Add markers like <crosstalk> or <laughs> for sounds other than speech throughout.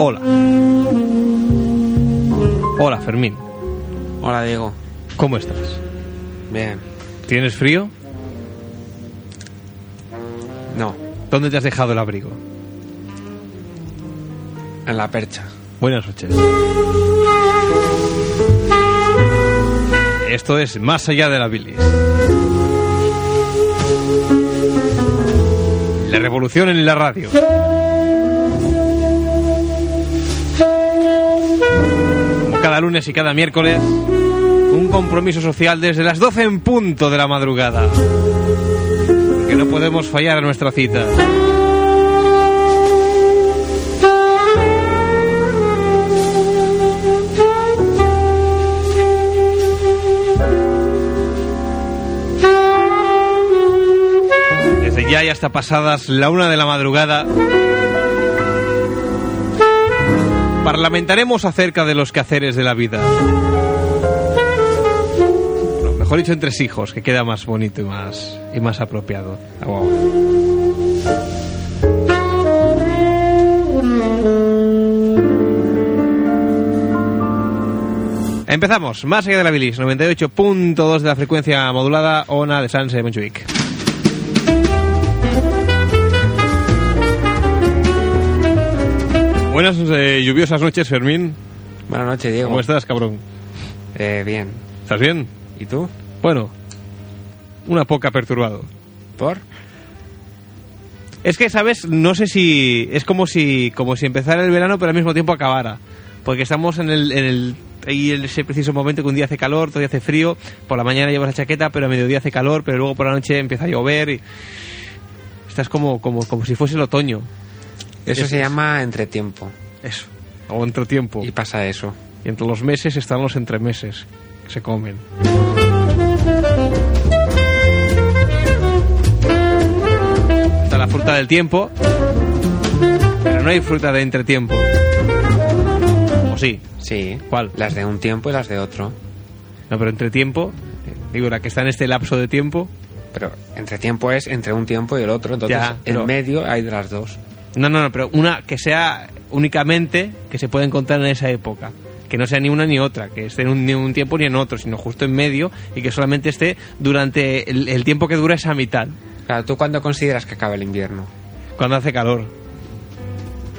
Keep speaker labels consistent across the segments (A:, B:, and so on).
A: Hola. Hola, Fermín.
B: Hola, Diego.
A: ¿Cómo estás?
B: Bien.
A: ¿Tienes frío?
B: No,
A: ¿Dónde te has dejado el abrigo?
B: en la percha.
A: Buenas noches. Esto es Más allá de la bilis. La revolución en la radio. Como Cada lunes y cada miércoles, un compromiso social desde las 12 en punto de la madrugada. Que no podemos fallar a nuestra cita. Desde ya y hasta pasadas la una de la madrugada. Parlamentaremos acerca de los quehaceres de la vida. No, mejor dicho, entre hijos, que queda más bonito y más, y más apropiado. Ah, guau. Empezamos, más allá de la bilis, 98.2 de la frecuencia modulada, ONA de Sanse de Montjuic. Buenas eh, lluviosas noches, Fermín.
B: Buenas noches, Diego.
A: ¿Cómo estás, cabrón?
B: Eh, bien.
A: ¿Estás bien?
B: ¿Y tú?
A: Bueno, una poca perturbado.
B: ¿Por?
A: Es que, ¿sabes? No sé si... Es como si, como si empezara el verano, pero al mismo tiempo acabara. Porque estamos en el... En el ahí en ese preciso momento que un día hace calor, otro día hace frío, por la mañana llevas la chaqueta, pero a mediodía hace calor, pero luego por la noche empieza a llover y... Estás como, como, como si fuese el otoño.
B: Eso
A: Eso
B: se
A: es. Oh.
B: llama entretiempo.
A: Eso. O entre tiempo.
B: Y pasa eso.
A: Y entre los meses están los entremeses, que se comen. Está la fruta del tiempo, pero no hay fruta de entretiempo. ¿O sí?
B: Sí.
A: ¿Cuál?
B: Las de un tiempo y las de otro.
A: No, pero entretiempo, digo, la que está en este lapso de tiempo.
B: Pero entretiempo es entre un tiempo y el otro. Entonces,
A: Ya, pero-
B: en medio hay de las dos.
A: No, no, no, pero una que sea únicamente que se pueda encontrar en esa época. Que no sea ni una ni otra, que esté en un, ni en un tiempo ni en otro, sino justo en medio y que solamente esté durante el- el tiempo que dura esa mitad.
B: Claro, ¿tú cuándo consideras que acaba el invierno?
A: cuando hace calor.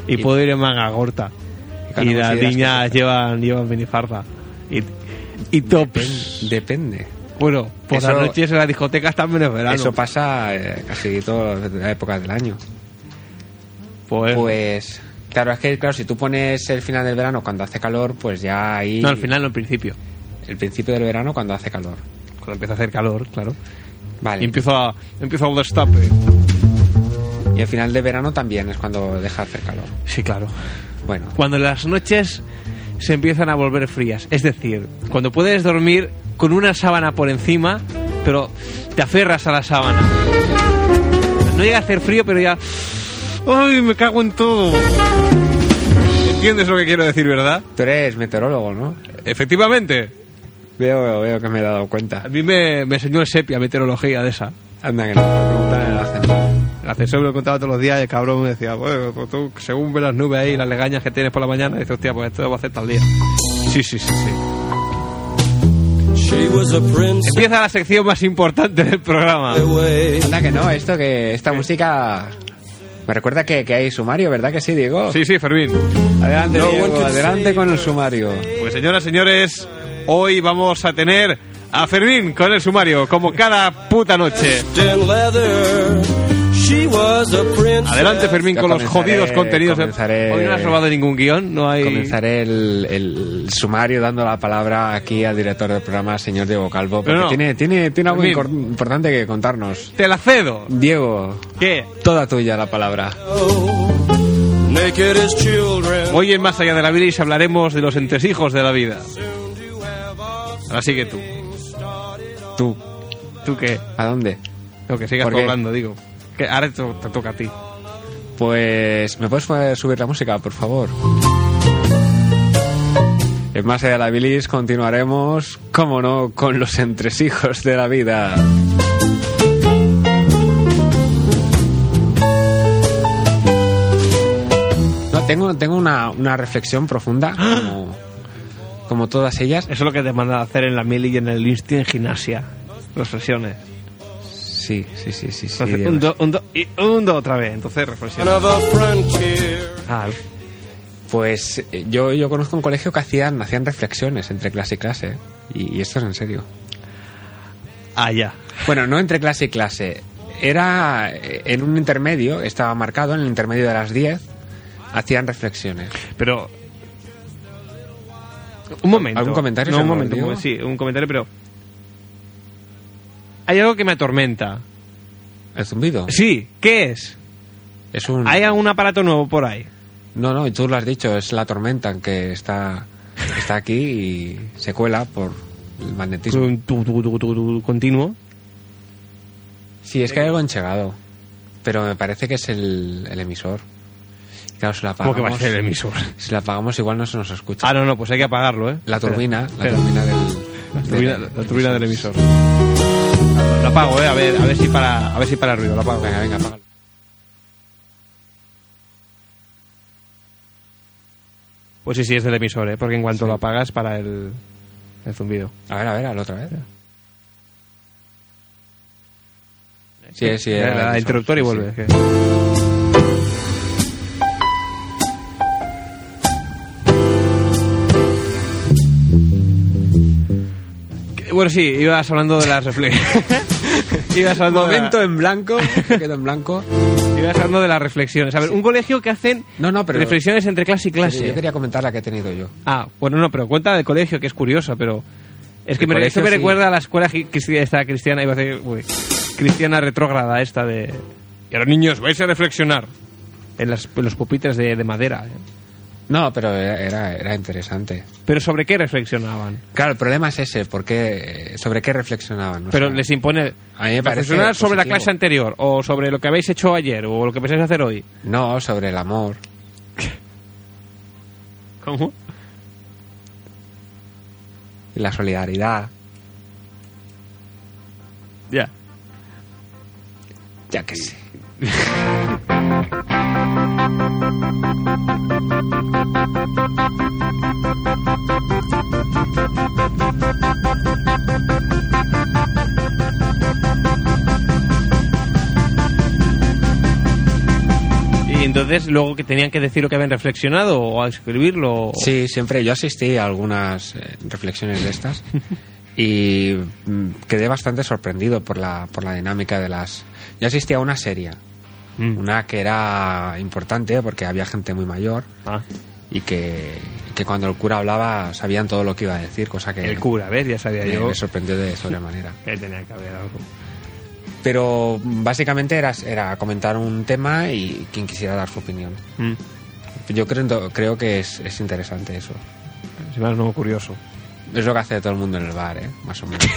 A: Y,
B: Y-
A: puedo ir en manga corta.
B: ¿Y
A: Y,
B: cuándo
A: las
B: consideras que
A: niñas
B: empieza?
A: llevan, llevan minifarda. Y, y tops.
B: Depen- Depende.
A: Bueno, por
B: Eso-
A: las noches en las discotecas también es verano.
B: Eso pasa eh, casi todas las épocas del año.
A: pues,
B: Pues, claro, es que claro, si tú pones el final del verano cuando hace calor, pues ya ahí...
A: No, al final no, al principio.
B: El principio del verano cuando hace calor.
A: Cuando empieza a hacer calor, claro.
B: Vale.
A: Y empiezo a, empiezo a eh. destape.
B: Y al final de verano también es cuando deja de hacer calor.
A: Sí, claro.
B: Bueno,
A: Cuando las noches se empiezan a volver frías. Es decir, cuando puedes dormir con una sábana por encima, pero te aferras a la sábana. No llega a hacer frío, pero ya... ¡Ay, me cago en todo! ¿Entiendes lo que quiero decir, verdad?
B: tú eres meteorólogo, ¿no?
A: Efectivamente.
B: Veo, veo que me he dado cuenta.
A: A mí me, me enseñó el sepia, meteorología de esa.
B: Anda, que no me preguntan en el ascensor.
A: El ascensor me lo contaba todos los días y el cabrón me decía, bueno, pues tú, según ves las nubes ahí, las legañas que tienes por la mañana, dices, hostia, pues esto va a hacer tal día. Sí, sí, sí, sí.
C: She was a princess
A: Empieza la sección más importante del programa.
C: away.
B: Anda, que no, esto que esta música me recuerda que, que hay sumario, ¿verdad que sí, Diego?
A: Sí, sí, Fermín.
B: Adelante,
C: No one
B: Diego,
C: could
B: adelante
C: save
B: con el
C: her.
B: sumario.
A: Pues señoras, señores, hoy vamos a tener a Fermín con el sumario, como cada puta noche.
C: In leather, she was a princess.
A: Adelante, Fermín, con los
B: Comenzaré-
A: jodidos contenidos.
B: comenzaré-
A: Hoy no has robado ningún guión, no hay...
B: Comenzaré el, el sumario dando la palabra aquí al director del programa, señor Diego Calvo, porque
A: Pero no.
B: tiene, tiene, tiene algo
A: Fermín.
B: incor- importante que contarnos.
A: Te la cedo.
B: Diego,
A: ¿Qué?
B: toda tuya la palabra.
C: Naked as children.
A: Hoy en Más Allá de la Bilis hablaremos de los entresijos de la vida. Ahora sigue tú.
B: Tú,
A: ¿Tú qué?
B: ¿a dónde?
A: Lo que sigas
B: ¿Por qué?
A: hablando, digo. Que ahora te, te toca a ti.
B: Pues, ¿me puedes poner- subir la música, por favor? En más allá de la bilis continuaremos, como no, con los entresijos de la vida. No, tengo, tengo una, una reflexión profunda, como, como todas ellas.
A: Eso es lo que te mandan a hacer en la mili y en el insti en gimnasia. Reflexiones.
B: Sí, sí, sí, sí. sí
A: Entonces, <laughs>
B: Diego.
A: un, do, un do- y un do otra vez. Entonces, reflexiones.
C: Another frontier.
A: Ah,
B: Pues eh, yo, yo conozco un colegio que hacían, hacían reflexiones entre clase y clase. Y, y esto es en serio.
A: ah, ya.
B: Bueno, no entre clase y clase. Era eh, en un intermedio, estaba marcado, en el intermedio de las 10, hacían reflexiones.
A: Pero. Un momento.
B: ¿Algún comentario,
A: No, un
B: señor
A: momento. un
B: Diego?
A: momento, sí, un comentario, pero. Hay algo que me atormenta.
B: El zumbido.
A: Sí, ¿qué es?
B: Es un...
A: Hay algún aparato nuevo por ahí.
B: No, no, tú lo has dicho, es la tormenta en que está, está aquí y se cuela por el magnetismo.
A: Tu, tu, tu, tu, tu, tu, Continuo.
B: Sí, es que hay algo enchegado. Pero me parece que es el, el emisor. Claro, si lo
A: ¿Cómo
B: apagamos...
A: que va a ser el emisor?
B: Si lo apagamos igual no se nos escucha.
A: Ah, no, no, pues hay que apagarlo, ¿eh?
B: La
A: Espera,
B: turbina,
A: espera.
B: la turbina del...
A: La turbina, la turbina del emisor. Lo apago, eh, a ver, a ver si para, a ver si para el ruido, lo apago.
B: Venga, venga, apágalo.
A: Pues sí, sí, es del emisor, eh, porque en cuanto lo apagas para el, el zumbido.
B: A ver, a ver, a la otra vez. Sí, sí, era
A: Eh,
B: el
A: el
B: emisor,
A: interruptor y
B: <laughs> sí,
A: vuelve.
B: sí.
A: es que- Que- Bueno, sí, ibas hablando de las reflexiones. <laughs> ibas hablando de la-
B: Momento en blanco, <laughs> me quedo en blanco.
A: ibas hablando de las reflexiones. A ver, un colegio que hacen
B: No, no, pero...
A: reflexiones entre clase y clase.
B: Yo quería comentar la que he tenido yo.
A: Ah, bueno, no, pero cuenta del colegio, que es curiosa, pero... Es que
B: El
A: me, esto
B: colegio,
A: me
B: sí.
A: recuerda a la escuela gi- cristi- esta cristiana, iba a decir, uy, cristiana retrógrada esta de... Y ahora, niños, vais a reflexionar. En, las- en los pupitres de, de madera. ¿eh?
B: No, pero era, era, era interesante.
A: Pero ¿sobre qué reflexionaban?
B: Claro, el problema es ese, porque sobre qué reflexionaban. O
A: pero
B: sea,
A: les impone...
B: a mí me parece
A: reflexionar sobre la
B: positivo.
A: clase anterior, o sobre lo que habéis hecho ayer, o lo que pensáis hacer hoy.
B: No, sobre el amor.
A: ¿Cómo? <laughs>
B: y La solidaridad.
A: Ya.
B: Ya que sí.
A: Y entonces luego que tenían que decir lo que habían reflexionado, o a escribirlo. o-
B: Sí, siempre yo asistí a algunas eh, reflexiones de <laughs> estas y mm, quedé bastante sorprendido por la, por la dinámica de las... Yo asistí a una serie,
A: Mm.
B: una que era importante ¿eh? porque había gente muy mayor
A: Ah,
B: y que, que cuando el cura hablaba sabían todo lo que iba a decir, cosa que
A: el cura, ¿ves? Ya sabía
B: me,
A: yo
B: me
A: <laughs>
B: sorprendió de sobremanera.
A: que tenía que haber algo.
B: Pero mm, básicamente era, era comentar un tema y quien quisiera dar su opinión.
A: Mm.
B: Yo creo, creo que es, es interesante eso.
A: Se me hace algo curioso.
B: Es lo que hace todo el mundo en el bar, ¿eh? más
A: <laughs>
B: o menos.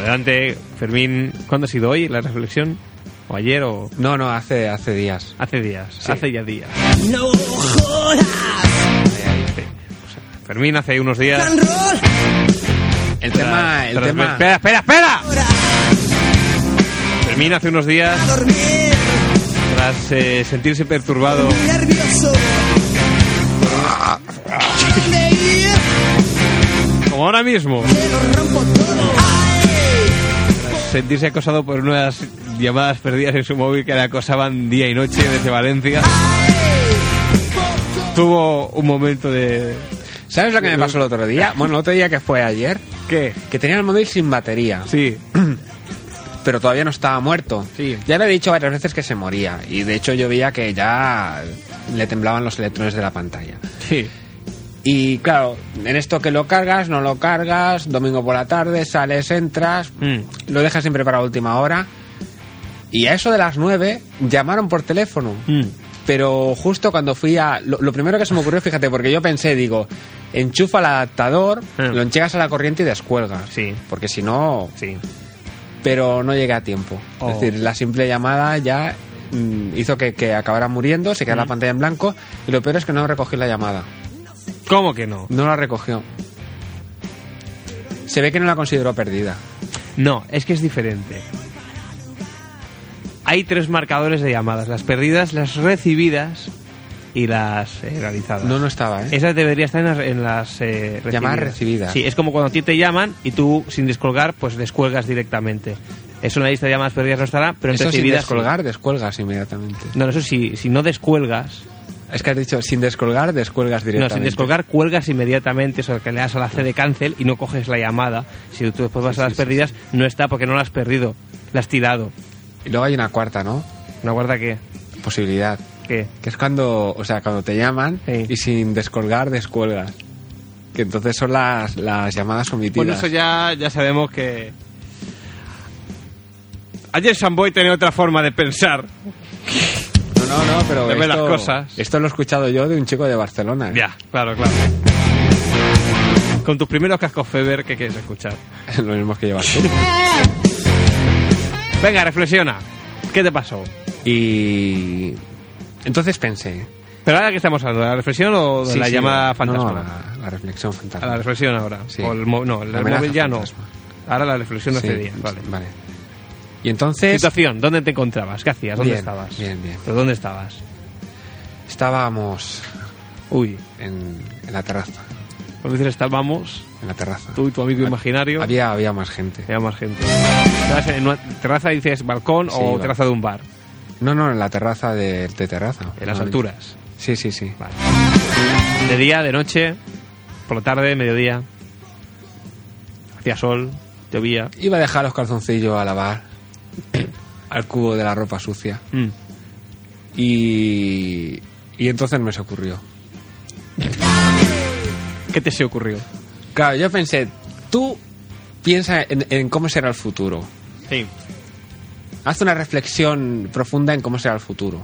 A: Adelante, Fermín. ¿Cuándo ha sido hoy la reflexión? ¿O ayer o...?
B: No, no, hace, hace días.
A: Hace días. Hace ya días. Pues,
D: No jodas.
A: Fermín hace unos días...
D: Tan rol.
B: El tema, el
A: Tras-
B: tema.
A: Espera, espera, espera.
D: Ahora
A: Fermín hace unos
D: a
A: días,
D: dormir.
A: tras eh, sentirse perturbado
D: Muy nervioso. De ir.
A: como ahora mismo,
D: Te lo rompo todo. Ay.
A: tras sentirse acosado por unas llamadas perdidas en su móvil que le acosaban día y noche desde Valencia, tuvo un momento de...
B: ¿Sabes lo que me pasó el otro día? Bueno, el otro día que fue ayer,
A: ¿Qué?
B: que tenía el móvil sin batería,
A: Sí. <clears throat>
B: pero todavía no estaba muerto.
A: Sí.
B: Ya le he dicho varias veces que se moría, y de hecho yo veía que ya le temblaban los electrones de la pantalla.
A: Sí.
B: Y claro, en esto que lo cargas, no lo cargas, domingo por la tarde, sales, entras,
A: Mm.
B: lo dejas siempre para última hora. Y a eso de las 9 llamaron por teléfono.
A: Mm.
B: pero justo cuando fui a... Lo, lo primero que se me ocurrió, fíjate, porque yo pensé, digo, enchufa el adaptador,
A: Ah.
B: lo enchegas a la corriente y descuelga.
A: Sí.
B: Porque si no,
A: Sí.
B: pero no llegué a tiempo.
A: Oh.
B: Es decir, la simple llamada ya mm, hizo que, que acabara muriendo, se quedó
A: Mm.
B: la pantalla en blanco y lo peor es que no recogí la llamada.
A: ¿Cómo que no?
B: No la recogió. Se ve que no la consideró perdida.
A: No, es que es diferente. Hay tres marcadores de llamadas: las perdidas, las recibidas y las eh, realizadas.
B: No, no estaba, ¿eh?
A: Esa debería estar en las, en las, eh, recibidas.
B: Llamadas recibidas.
A: Sí, es como cuando a ti te llaman y tú, sin descolgar, pues descuelgas directamente. Eso en la lista de llamadas perdidas no estará, pero en
B: Eso sin
A: recibidas. sí.
B: descolgar, descuelgas inmediatamente.
A: No, no, eso si, si no descuelgas.
B: Es que has dicho, sin descolgar, descuelgas
A: No,
B: directamente.
A: sin descolgar, cuelgas inmediatamente, o sea, que le das a la C de cancel y no coges la llamada. Si tú después vas
B: Sí,
A: a las
B: sí, sí,
A: perdidas, no está porque no la has perdido, la has tirado.
B: Y luego hay una cuarta, ¿no?
A: ¿No guarda qué?
B: Posibilidad.
A: ¿Qué?
B: Que es cuando, o sea, cuando te llaman
A: Sí.
B: y sin descolgar, descuelgas. Que entonces son las, las llamadas omitidas.
A: Bueno, eso ya, ya sabemos que. Ayer Samboy tenía otra forma de pensar.
B: No, no, no, pero
A: Deme
B: esto,
A: las cosas.
B: esto lo he escuchado yo de un chico de Barcelona. ¿eh?
A: Ya, claro, claro. Con tus primeros cascos Feber, ¿qué quieres escuchar?
B: <laughs> lo mismo que llevas tú.
A: Venga, reflexiona. ¿Qué te pasó?
B: Y entonces pensé.
A: ¿Pero ahora que estamos hablando? ¿De la reflexión o de
B: sí,
A: la
B: sí,
A: llamada
B: no,
A: fantasma?
B: no, la, la reflexión fantasma.
A: A la reflexión ahora.
B: Sí.
A: O el mo- no, el
B: La amenaza
A: móvil ya no.
B: fantasma.
A: Ahora la reflexión de
B: Sí,
A: hace días. Vale.
B: vale. Y entonces
A: Situación, ¿dónde te encontrabas? ¿Qué hacías? ¿Dónde
B: Bien,
A: estabas?
B: bien, bien.
A: ¿Pero dónde estabas?
B: estábamos
A: Uy,
B: en, en la terraza.
A: por decir estábamos,
B: En la terraza.
A: tú y tu amigo imaginario.
B: Había, había más gente.
A: Había más gente. Estabas en una terraza, dices balcón
B: Sí,
A: o
B: balcón.
A: terraza de un bar.
B: No, no, en la terraza de, de terraza.
A: En las
B: No,
A: alturas.
B: Sí, sí, sí.
A: Vale. De día, de noche, por la tarde, mediodía. Hacía sol, llovía.
B: Iba a dejar los calzoncillos a lavar <clears throat> al cubo de la ropa sucia.
A: Mm.
B: Y, y entonces me se ocurrió.
A: ¿Qué te se ocurrió?
B: Claro, yo pensé, tú piensa en, en cómo será el futuro.
A: Sí.
B: Haz una reflexión profunda en cómo será el futuro.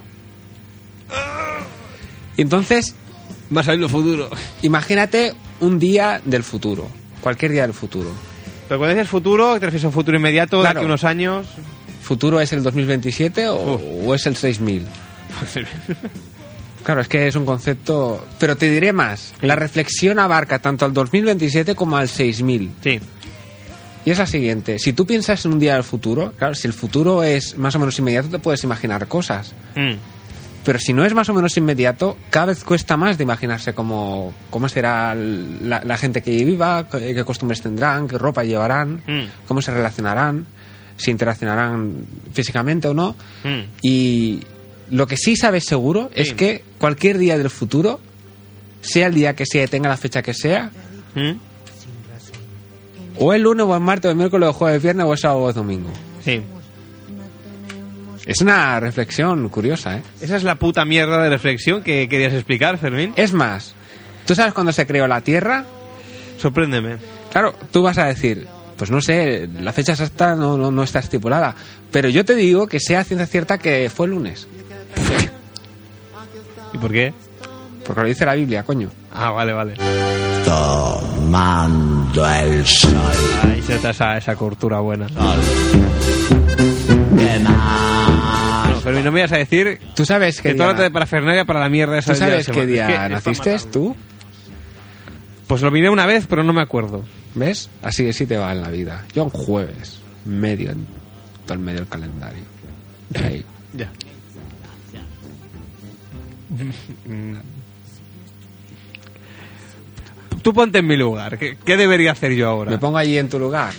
B: Y entonces,
A: Va a salir lo futuro.
B: imagínate un día del futuro. Cualquier día del futuro.
A: Pero cuando dices futuro, te refieres a un futuro inmediato, de
B: Claro.
A: aquí a unos años.
B: ¿Futuro es el 2027 o,
A: Uf.
B: o es el 6000? Claro, es que es un concepto... Pero te diré más. La reflexión abarca tanto al 2027 como al 6000.
A: sí.
B: Y es la siguiente. Si tú piensas en un día del futuro, claro, si el futuro es más o menos inmediato, te puedes imaginar cosas.
A: Mm.
B: Pero si no es más o menos inmediato, cada vez cuesta más de imaginarse cómo, cómo será el- la, la gente que allí viva, qué qué costumbres tendrán, qué ropa llevarán,
A: Mm.
B: cómo se relacionarán, si interaccionarán físicamente o no.
A: Mm.
B: Y lo que sí sabes seguro es
A: Sí.
B: que cualquier día del futuro, sea el día que sea y tenga la fecha que sea,
A: Mm.
B: o el lunes o el martes o el miércoles o el jueves el viernes o el sábado o el domingo.
A: Sí.
B: Es una reflexión curiosa, ¿eh?
A: Esa es la puta mierda de reflexión que querías explicar, Fermín.
B: Es más, ¿tú sabes cuándo se creó la Tierra?
A: Eh. Sorpréndeme.
B: Claro, tú vas a decir, pues no sé, la fecha exacta no, no, no está estipulada, pero yo te digo que sea ciencia cierta que fue el lunes,
A: ¿Y por qué?
B: porque lo dice la Biblia, coño.
A: Ah, vale, vale.
D: Tomando el sol.
A: Ahí se está esa, esa cortura buena. No,
D: De más.
A: Fermín, no me ibas a decir
B: ¿Tú sabes qué
A: que todo
B: día,
A: rato de parafernalia para la mierda esa
B: ¿tú
A: del de la
B: sabes qué
A: semana. Es que
B: día
A: es
B: naciste
A: pa'
B: tú?
A: matar. Pues lo miré una vez, pero no me acuerdo.
B: ¿Ves? Así así te va en la vida. Yo un jueves, medio, en- todo el medio del calendario. Ahí.
A: Ya. Tú ponte en mi lugar. ¿Qué, qué debería hacer yo ahora?
B: Me pongo allí en tu lugar.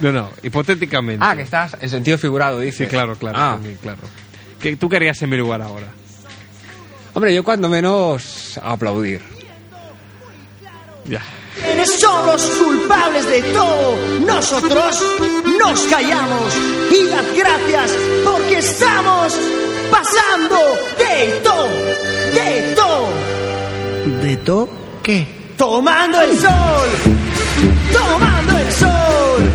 A: No, no, hipotéticamente.
B: Ah, que estás en sentido figurado, dice.
A: Sí, claro, claro,
B: Ah,
A: Fermín, claro. ¿Qué, Eh, ¿Tú querías en mi lugar ahora?
B: hombre, yo cuando menos aplaudir.
A: Ya.
D: Quienes son los culpables de todo. Nosotros nos callamos y las gracias porque estamos pasando de todo, de todo. ¿De todo qué? Tomando el sol, tomando el sol.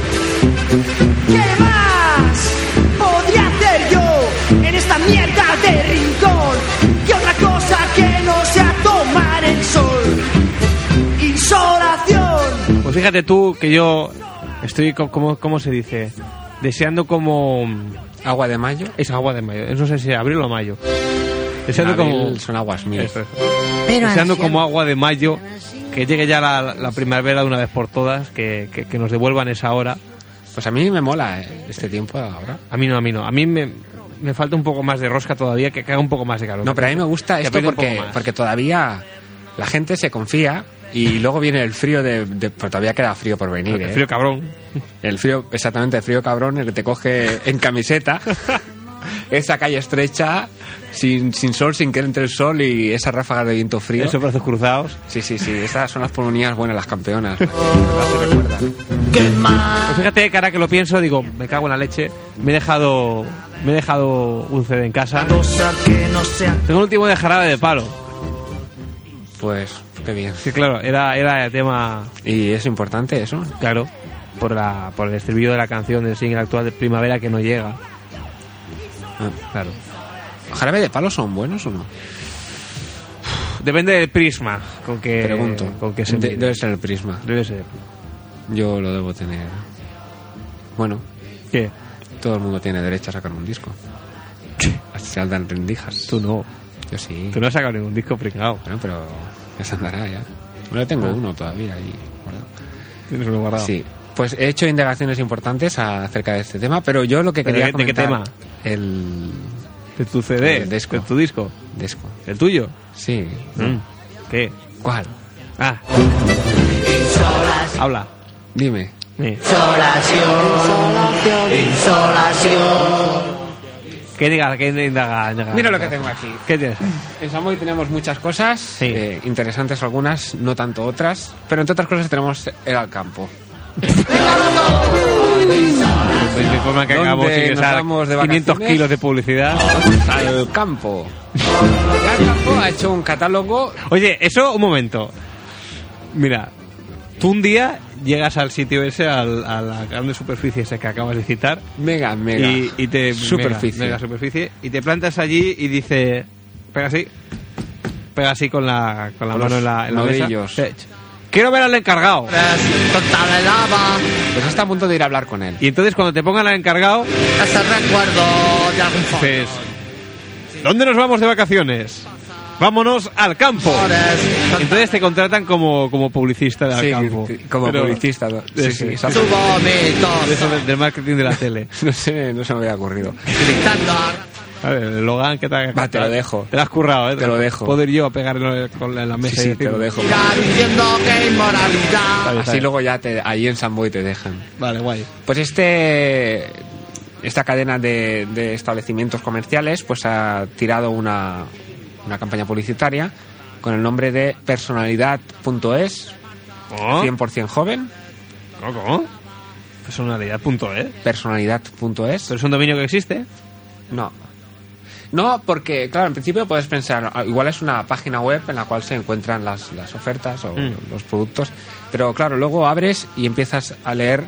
D: ¿Qué más podía hacer yo en esta mierda de rincón? Que otra cosa que no sea tomar el sol. Insolación.
A: Pues fíjate tú que yo estoy, co- ¿cómo, cómo se dice? deseando como... mm,
B: Agua de mayo.
A: Es agua de mayo, no sé si abril o mayo. Deseando
B: En abril
A: como...
B: Son aguas mil.
A: Eso es.
E: Pero
A: Deseando
E: anciano.
A: como agua de mayo que llegue ya la, la primavera de una vez por todas, que, que- que nos devuelvan esa hora.
B: Pues a mí me mola eh, este tiempo ahora.
A: A mí no, a mí no. A mí me, me falta un poco más de rosca todavía, que que haga un poco más de calor.
B: No, pero a mí me gusta
A: Que
B: esto
A: apriete un
B: porque,
A: poco más.
B: porque todavía la gente se confía y luego viene el frío de... de- pero todavía queda frío por venir,
A: El
B: ¿eh?
A: frío cabrón.
B: El frío, exactamente, el frío cabrón, el que te coge
A: <laughs>
B: en camiseta. esa calle estrecha, sin, sin sol, sin que entre el sol y esas ráfagas de viento frío.
A: Esos brazos cruzados.
B: Sí, sí, sí, esas son las pulmonías buenas, las
A: <laughs>
B: campeonas. las que se recuerdan.
A: Pues fíjate, cara que lo pienso, digo, me cago en la leche. Me he dejado, me he dejado un CD en casa.
D: Cosa que no sea
A: Tengo un último de jarabe de palo.
B: Pues, qué bien.
A: Sí, claro, era, era el tema,
B: ¿Y es importante eso?
A: claro, por, la, por el estribillo de la canción del single actual de Primavera que no llega.
B: Ah.
A: Claro.
B: ¿Jarabe de palo son buenos o no?
A: Depende del prisma con que,
B: Pregunto.
A: Eh, Con que se
B: De-
A: mire.
B: debe ser el prisma.
A: Debe ser.
B: Yo lo debo tener. Bueno,
A: ¿Qué?
B: todo el mundo tiene derecho a sacar un disco. Se andan rendijas.
A: Tú no.
B: Yo sí.
A: Tú no has sacado ningún disco pringado.
B: Bueno, pero ya se andará ya. Bueno, yo tengo
A: Ah.
B: uno todavía ahí guardado.
A: Tienes uno guardado.
B: Sí. Pues he hecho indagaciones importantes acerca de este tema, pero yo lo que
A: ¿Pero
B: quería
A: de- de qué tema?
B: comentar- El
A: De tu CD.
B: El disco. Mm.
A: De tu disco.
B: disco.
A: El tuyo.
B: Sí.
A: ¿Qué?
B: ¿Cuál?
A: Ah. Habla.
B: Dime.
A: Sí.
D: insolación, insolación.
A: ¿Qué diga? ¿Qué indaga? indaga-
B: Mira lo que tengo aquí.
A: ¿Qué tienes?
B: En Samoy tenemos muchas cosas,
A: Sí.
B: eh, interesantes algunas, no tanto otras, pero entre otras cosas tenemos el al campo.
A: Pues me informan que
B: ¿Dónde
A: acabamos sin
B: nos
A: ingresar
B: vamos de
A: 500
B: vacaciones?
A: kilos de publicidad.
B: Al campo. El al campo ha hecho un catálogo.
A: Oye, eso, un momento. Mira, tú un día llegas al sitio ese, al- a la grande superficie esa que acabas de citar,
B: Mega, mega.
A: y, y te
B: Superficie.
A: mega, mega superficie y te plantas allí y dice pega así pega así con la con la
B: Con
A: mano en la, en la
B: los
A: mesa
B: nudillos.
A: Eh, quiero ver al encargado
B: Pues hasta a punto de ir a hablar con él.
A: y entonces cuando te pongan al encargado dices dónde nos vamos de vacaciones vámonos al campo entonces te contratan como como publicista del
B: Sí,
A: campo
B: como
A: Pero-
B: publicista. ¿no? Sí,
A: Sí,
B: sí,
A: sí.
B: exacto.
A: de eso del- del marketing de la tele
B: No sé, no se me había ocurrido.
A: A ver, Logan, ¿qué tal?
B: Va, te lo dejo.
A: Te lo has currado, ¿eh?
B: Te lo dejo.
A: Poder yo pegarlo con la, en la
B: Sí,
A: mesa y
B: sí, te
A: decirlo.
B: lo dejo.
A: Está bien, está
B: Así
A: bien.
B: luego ya te, ahí en Samboy te dejan.
A: Vale, guay.
B: Pues este esta cadena de, de establecimientos comerciales pues ha tirado una, una campaña publicitaria con el nombre de personalidad.es,
A: ¿Oh?
B: 100% joven,
A: ¿Cómo? ¿Cómo? Personalidad punto, ¿eh?
B: personalidad.es.
A: Pero es un dominio que existe.
B: No. No, porque, claro, en principio puedes pensar, ah, igual es una página web en la cual se encuentran las, las ofertas o
A: Mm.
B: los productos, pero claro, luego abres y empiezas a leer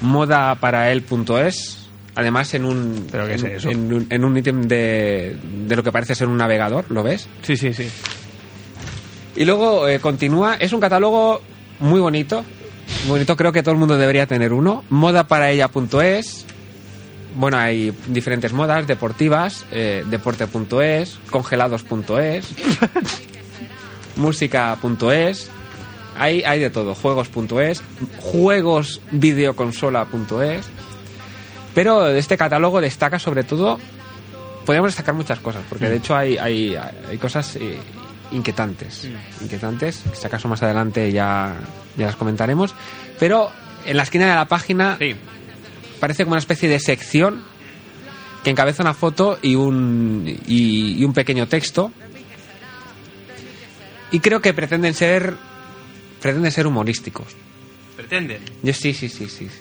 B: modaparael.es, además en un,
A: ¿Pero qué es
B: en,
A: eso?
B: en un, en un ítem de, de lo que parece ser un navegador, ¿lo ves?
A: Sí, sí, sí.
B: Y luego eh, continúa, es un catálogo muy bonito, muy bonito, creo que todo el mundo debería tener uno, modaparaella.es, bueno, hay diferentes modas, deportivas, eh, deporte.es, congelados.es, música.es, hay, hay de todo, juegos.es, juegosvideoconsola.es, pero de este catálogo destaca sobre todo, podemos destacar muchas cosas, porque de hecho hay, hay, hay cosas eh, inquietantes, inquietantes, que si acaso más adelante ya, ya las comentaremos, pero en la esquina de la página
A: Sí.
B: parece como una especie de sección que encabeza una foto y un, y, y un pequeño texto. Y creo que pretenden ser pretenden ser humorísticos.
A: Pretenden.
B: Yo sí, sí, sí, sí, sí.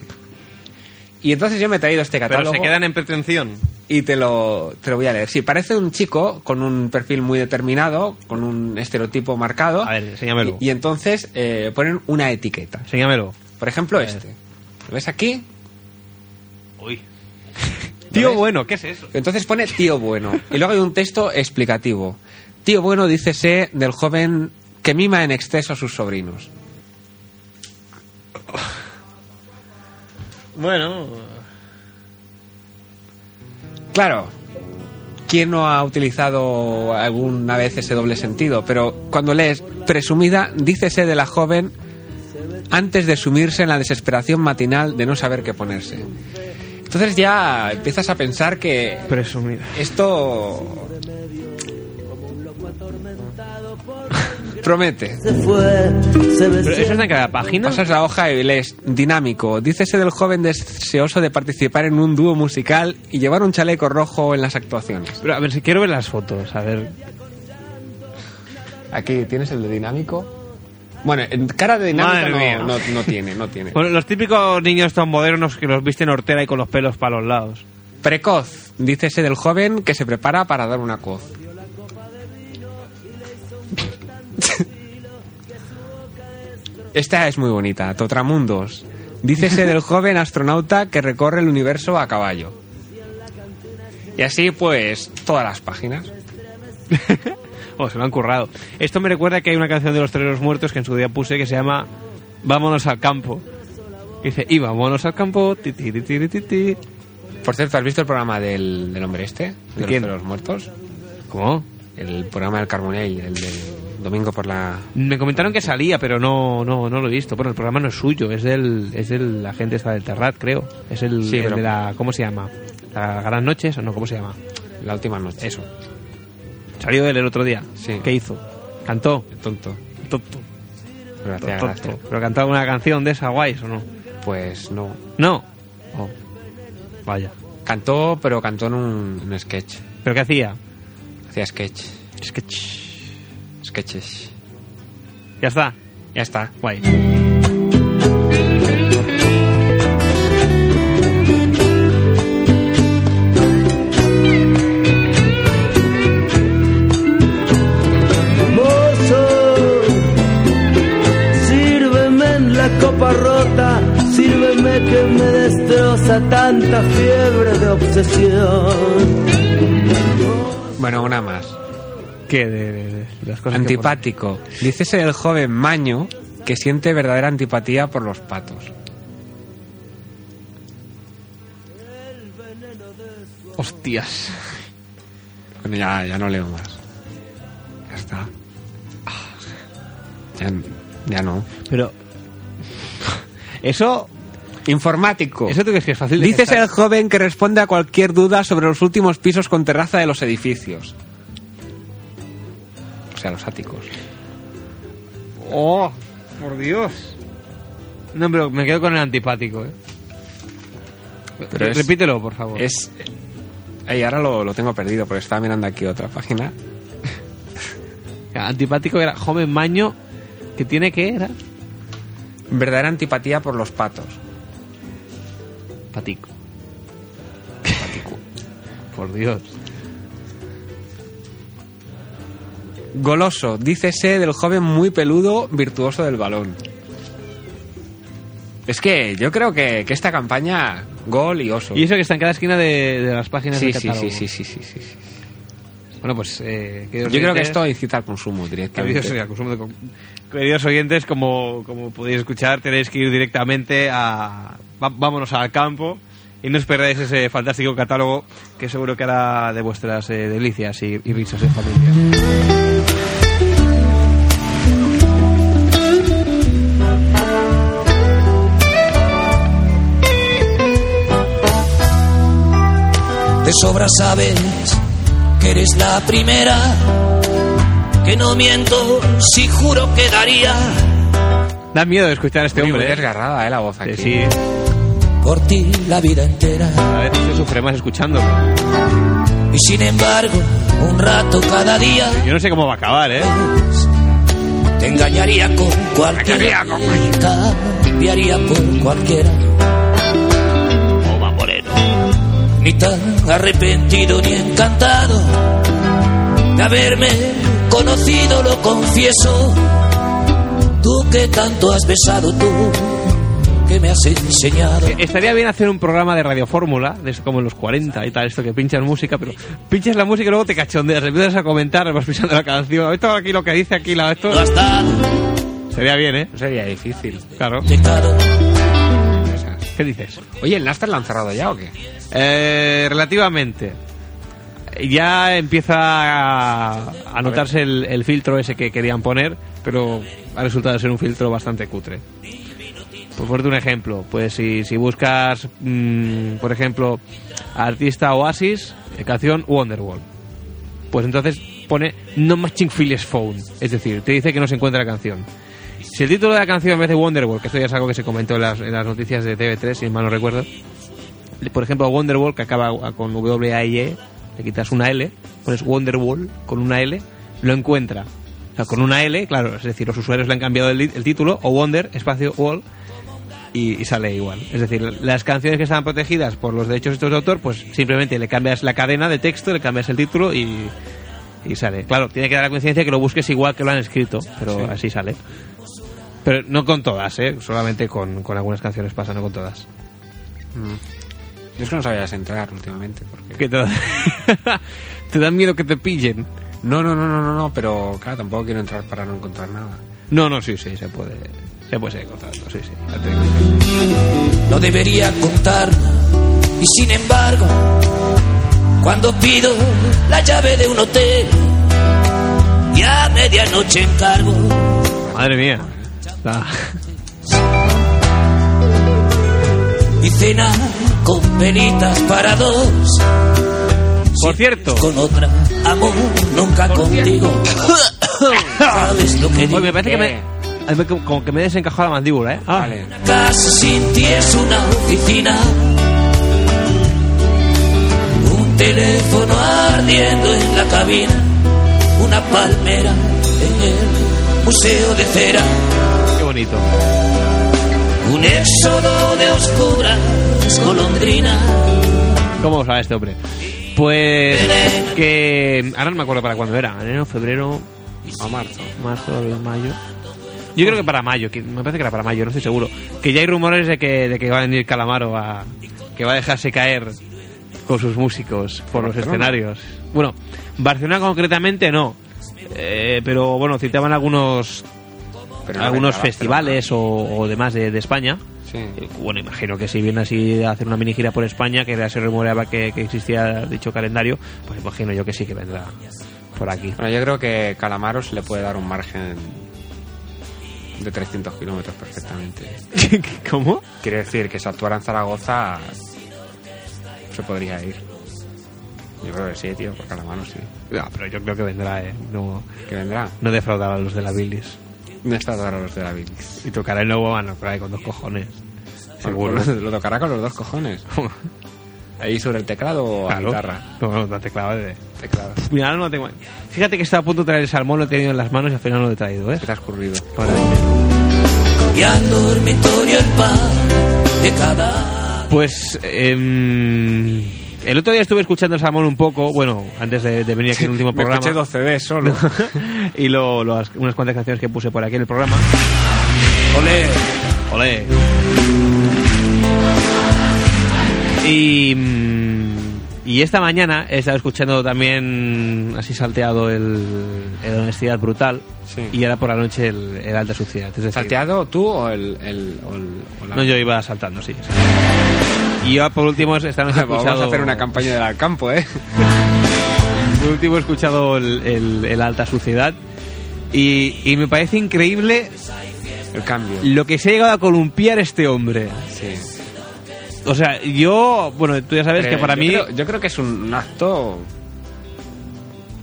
B: Y entonces yo me he traído este
A: Pero
B: catálogo
A: se quedan en pretensión.
B: y te lo, te lo voy a leer. Sí, parece un chico con un perfil muy determinado, con un estereotipo marcado.
A: A ver, enséñamelo.
B: Y, y entonces eh, ponen una etiqueta.
A: Enséñamelo.
B: Por ejemplo,
A: A ver.
B: este. ¿Lo ves aquí?
A: Uy. <laughs> Tío
B: ves?
A: bueno, ¿qué es eso?
B: Entonces pone tío bueno. Y luego hay un texto explicativo. Tío bueno, dícese del joven que mima en exceso a sus sobrinos.
A: Bueno.
B: Claro, ¿quién no ha utilizado alguna vez ese doble sentido? Pero cuando lees presumida, dícese de la joven antes de sumirse en la desesperación matinal de no saber qué ponerse. Entonces ya empiezas a pensar que
A: Presumida.
B: esto promete.
E: se fue, se
A: Pero
E: besó.
A: eso está en cada página.
B: Pasas la hoja y lees dinámico. Dícese del joven deseoso de participar en un dúo musical y llevar un chaleco rojo en las actuaciones.
A: Pero, a ver, si quiero ver las fotos, a ver.
B: Aquí tienes el de dinámico. Bueno, en cara de dinámico
A: Madre mía.
B: no, no, no tiene, no <laughs> tiene.
A: Bueno, los típicos niños tan modernos que los visten hortera y con los pelos para los lados.
B: Precoz. Dícese del joven que se prepara para dar una coz. <laughs> Esta es muy bonita. Totramundos. Dícese del joven astronauta que recorre el universo a caballo. Y así, pues, todas las páginas.
A: Oh, se lo han currado. Esto me recuerda que hay una canción de los Toreros Muertos que en su día puse que se llama Vámonos al campo. Y dice, y vámonos al campo, ti, ti, ti, ti, ti, ti.
B: Por cierto, ¿has visto el programa del, del hombre este?
A: ¿De
B: ¿De,
A: quién?
B: los muertos?
A: ¿Cómo?
B: El programa del Carbonell, el del domingo por la...
A: Me comentaron que salía, pero no, no, no lo he visto. Bueno, el programa no es suyo, es del, es del la gente esta del Terrat, creo. Es el,
B: Sí,
A: el
B: pero-
A: de la, ¿cómo se llama? La Gran Noches, o no, ¿cómo se llama?
B: La última noche. Eso.
A: Salió él el otro día.
B: Sí.
A: ¿Qué hizo? Cantó.
B: Tonto.
A: Tonto,
B: Pero hacía
A: tonto.
B: gracia.
A: Pero cantaba una canción de esa guays o no.
B: Pues no.
A: No. Oh. Vaya.
B: Cantó, pero cantó en un, en un sketch.
A: ¿Pero qué hacía?
B: Hacía sketch.
A: Es que... ch-
B: Sketches.
A: Ya está.
B: Ya está.
A: Guay.
E: Mozo, sírveme en la copa rota, sírveme que me destroza tanta fiebre de obsesión.
B: Bueno, una más.
A: ¿Qué? De, de- de las cosas que ponen.
B: Antipático. Dícese el joven maño que siente verdadera antipatía por los patos.
A: Hostias.
B: Bueno, ya, ya no leo más. Ya está. Ah. Ya, ya no.
A: Pero... Eso...
B: Informático.
A: Oh. ¿Eso tú crees que es fácil de
B: Dices
A: gestar?
B: el joven que responde a cualquier duda sobre los últimos pisos con terraza de los edificios. O sea, los áticos.
A: ¡Oh! ¡Por Dios! No, pero me quedo con el antipático, ¿eh?
B: Pero
A: Re-
B: es-
A: Repítelo, por favor.
B: Es. Ey, ahora lo, lo tengo perdido porque estaba mirando aquí otra página.
A: Antipático era joven maño que tiene que era
B: Verdadera antipatía por los patos.
A: <laughs> patico. Por Dios.
B: Goloso, dícese del joven muy peludo, virtuoso del balón. Es que yo creo que, que esta campaña, gol y oso.
A: Y eso que está en cada esquina de, de las páginas
B: sí,
A: del
B: sí,
A: catálogo.
B: sí, sí, sí, sí, sí, sí.
A: Bueno, pues... eh,
B: Yo
A: queridos
B: creo que
A: oyentes-
B: esto incita al consumo
A: Queridos,
B: directamente.
A: oiga, consumo de con- queridos oyentes, como, como podéis escuchar, tenéis que ir directamente a... va- vámonos al campo y no os perdáis ese fantástico catálogo que seguro que hará de vuestras eh, delicias y, y risas en familia.
F: De sobra sabes que eres la primera, que no miento si juro que daría
A: Da miedo escuchar a este
B: Muy, muy
A: hombre. ¿eh?
B: desgarrada eh, la voz aquí.
A: Eh, Sí,
F: por ti la vida entera.
A: cada vez se sufre más escuchándolo.
F: Y sin embargo, un rato cada día
A: Yo no sé cómo va a acabar, ¿eh?
F: te engañaría con cualquiera. y Cambiaría por cualquiera. Toma, Moreno. Ni tan arrepentido ni encantado de haberme conocido, lo confieso. Tú que tanto has besado, tú que me has enseñado.
A: Eh, Estaría bien hacer un programa de Radio Fórmula, de eso como en los 40 y tal, esto que pinchas música, pero pinchas la música y luego te cachondeas, empiezas a comentar, vas <laughs> pisando la canción, esto aquí lo que dice, aquí la esto.
F: No has dado
A: Sería bien, ¿eh?
B: No sería difícil.
A: Claro.
F: pecado.
B: Esas.
A: ¿Qué dices?
B: Oye, ¿el Nastar lo han cerrado ya o qué?
A: Eh, relativamente. Ya empieza a, a notarse el, el filtro ese que querían poner, pero ha resultado ser un filtro bastante cutre. Por ponerte un ejemplo, pues si, si buscas, mm, por ejemplo, artista Oasis, eh, canción Wonderwall, pues entonces pone No Matching Phil's Phone, es decir, te dice que no se encuentra la canción. Si el título de la canción en vez de Wonderwall, que esto ya es algo que se comentó en las, en las noticias de TV3, si mal no recuerdo, por ejemplo, Wonderwall, que acaba con W-A-Y, E, le quitas una L, pones Wonderwall con una L, lo encuentra. O sea, con una L, claro, es decir, los usuarios le han cambiado el, li- el título, o Wonder, espacio, Wall, y, y sale igual. Es decir, las canciones que estaban protegidas por los derechos estos de autor, pues simplemente le cambias la cadena de texto, le cambias el título y, y sale. Claro, tiene que dar la coincidencia que lo busques igual que lo han escrito, pero así sale. Pero no con todas, ¿eh? solamente con, con algunas canciones pasa, no con todas.
B: Yo es que no sabía las entrar últimamente. Porque...
A: Que te, <laughs> te dan miedo que te pillen.
B: No, no, no, no, no, no, pero claro, tampoco quiero entrar para no encontrar nada.
A: No, no, sí, sí, se puede. Se puede seguir contando, sí, sí. ya te digo.
F: no debería contar. Y sin embargo, cuando pido la llave de un hotel y a medianoche encargo,
A: Madre mía. Está-
F: y cena con velitas para dos,
A: Por cierto,
F: con otra, amor, nunca contigo. <coughs> ¿Sabes lo que
A: hoy
F: digo?
A: me parece que me. a mí Como como que me he desencajado la mandíbula, ¿eh? Ah,
B: Vale.
F: Casa sin ti es una oficina. Un teléfono ardiendo en la cabina. Una palmera en el museo de cera.
A: qué bonito.
F: Un éxodo de oscuras golondrinas.
A: ¿Cómo lo sabe este hombre? Pues que ahora no me acuerdo para cuándo era, enero, febrero,
B: A marzo.
A: marzo, abril, mayo. Yo creo que para mayo, que me parece que era para mayo, no estoy seguro. Que ya hay rumores de que, de que va a venir Calamaro a que va a dejarse caer con sus músicos por los escenarios. Bueno, Barcelona concretamente no. Eh, pero bueno, citaban algunos
B: Pero no
A: Ah, algunos
B: venga,
A: festivales o, o demás de, de España.
B: Sí.
A: Eh, Bueno, imagino que si viene así a hacer una mini gira por España, que ya se rumoreaba que, que existía dicho calendario, pues imagino yo que sí que vendrá por
B: <laughs>
A: aquí.
B: Bueno, yo creo que Calamaro se le puede dar un margen de 300 kilómetros perfectamente.
A: ¿Cómo?
B: Quiere decir que si actuara en Zaragoza se podría ir. Yo creo que sí, tío, por Calamaro sí.
A: No, pero yo creo que vendrá, eh. No,
B: Que vendrá.
A: no defraudará a los de la bilis.
B: No está a los de la Vinx.
A: Y tocará el nuevo mano por ahí con dos cojones. Seguro.
B: <laughs> Lo, lo tocará con los dos cojones. Ahí sobre el teclado o
A: <laughs>
B: a
A: Claro.
B: guitarra.
A: No, no, la teclada de...
B: Teclado.
A: Mira, ahora no la tengo... Fíjate que estaba a punto de traer el salmón, lo he tenido en las manos y al final no lo he traído, ¿eh?
B: ¿Qué te ha escurrido?
F: Y al dormitorio el pan de cada.
A: Pues em, el otro día estuve escuchando el Salmón un poco, bueno, antes de, de venir aquí en el último
B: Me
A: programa.
B: escuché dos CDs solo.
A: <laughs> y lo, las- unas cuantas canciones que puse por aquí en el programa.
F: Olé.
A: Olé. Y, mm, y esta mañana he estado escuchando también, así salteado, el, el Honestidad Brutal.
B: Sí.
A: Y era por la noche el, el Alta Suciedad. Es decir,
B: ¿Salteado tú o el... el, o el- o la-
A: No, yo iba saltando, sí. Y yo por último esta noche he
B: <laughs> <laughs> Vamos a
A: escuchado-
B: hacer una campaña del Alcampo, ¿eh?
A: Por último he escuchado el, el- el Alta Suciedad y, y me parece increíble
B: El cambio.
A: lo que se ha llegado a columpiar este hombre.
B: Sí.
A: O sea, yo, bueno, tú ya sabes que
B: Eh,
A: para
B: yo
A: mí...
B: creo- yo creo que es un acto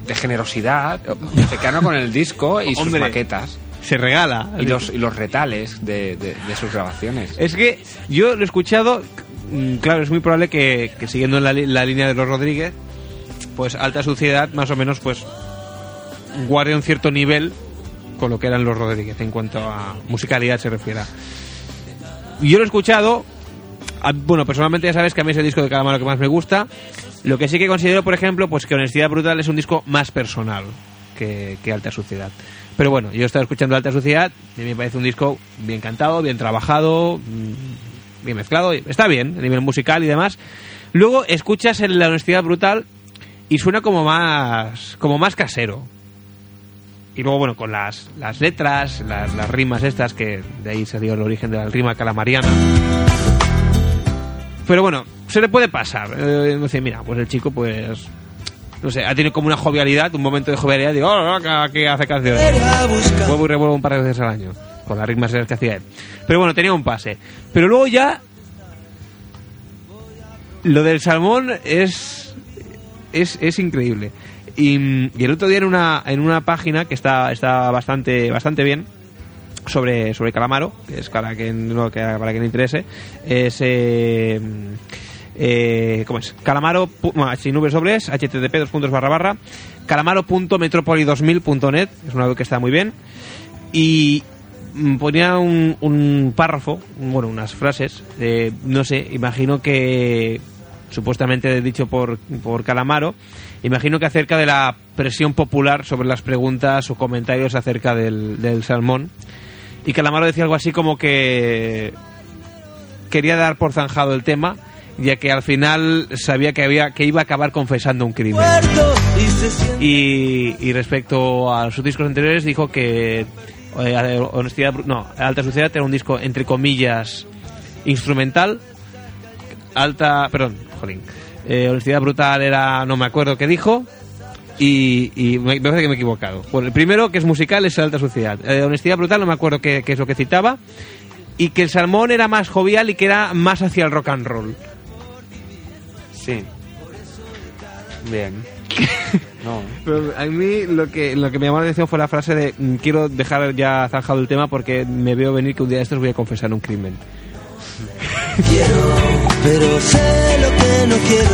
B: de generosidad cercano con el disco y sus
A: Hombre.
B: maquetas
A: Se regala.
B: y los, y los retales de, de- de sus grabaciones.
A: Es que yo lo he escuchado, mm, claro, es muy probable que, que siguiendo la, li- la línea de los Rodríguez, pues alta suciedad más o menos pues guarde un cierto nivel con lo que eran los Rodríguez en cuanto a musicalidad se refiere. Yo lo he escuchado, a- bueno, personalmente ya sabes que a mí es el disco de Calamaro que más me gusta. Lo que sí que considero, por ejemplo, pues que Honestidad Brutal es un disco más personal que, que Alta Suciedad. Pero bueno, yo he estado escuchando Alta Suciedad y me parece un disco bien cantado, bien trabajado, mm, bien mezclado. y Está bien, a nivel musical y demás. Luego escuchas el La Honestidad Brutal y suena como más, como más casero. Y luego, bueno, con las, las letras, las, las rimas estas, que de ahí se dio el origen de la rima calamariana Pero bueno, se le puede pasar. Eh, dice, mira, pues el chico, pues. No sé, ha tenido como una jovialidad, un momento de jovialidad. Digo, oh, no, que hace canciones. Vuelvo y revuelvo un par de veces al año. Con las ritmas esas que hacía él. Pero bueno, tenía un pase. Pero luego ya. Lo del salmón es. Es, es increíble. Y, mm, y el otro día en una, en una página que está, está bastante, bastante bien sobre, sobre Calamaro, que es para quien, no, que- para quien le interese, es... eh, eh, ¿Cómo es? Calamaro, pu- bueno, sin nubes sobres, http dos puntos barra barra, calamaro.metropoli2000.net, es una web que está muy bien, y mm, ponía un, un párrafo, un- bueno, unas frases, eh, no sé, imagino que supuestamente dicho por, por Calamaro, imagino que acerca de la presión popular sobre las preguntas o comentarios acerca del, del salmón, y Calamaro decía algo así como que quería dar por zanjado el tema, ya que al final sabía que había que iba a acabar confesando un crimen. Y, y respecto a sus discos anteriores dijo que eh, honestidad Bru- no, Alta Suciedad era un disco entre comillas instrumental, Alta, perdón, jolín, eh, Honestidad Brutal era no me acuerdo qué dijo. Y, y me me parece que me he equivocado. Bueno, el primero, que es musical, es Alta Suciedad. Eh, honestidad Brutal, no me acuerdo qué- qué es lo que citaba y que el salmón era más jovial y que era más hacia el rock and roll.
B: Sí. Bien. <laughs> No.
A: Pero a mí lo que, lo que me llamó la atención fue la frase de mm, quiero dejar ya zanjado el tema porque me veo venir que un día de estos voy a confesar un crimen.
E: Pero sé lo que no quiero.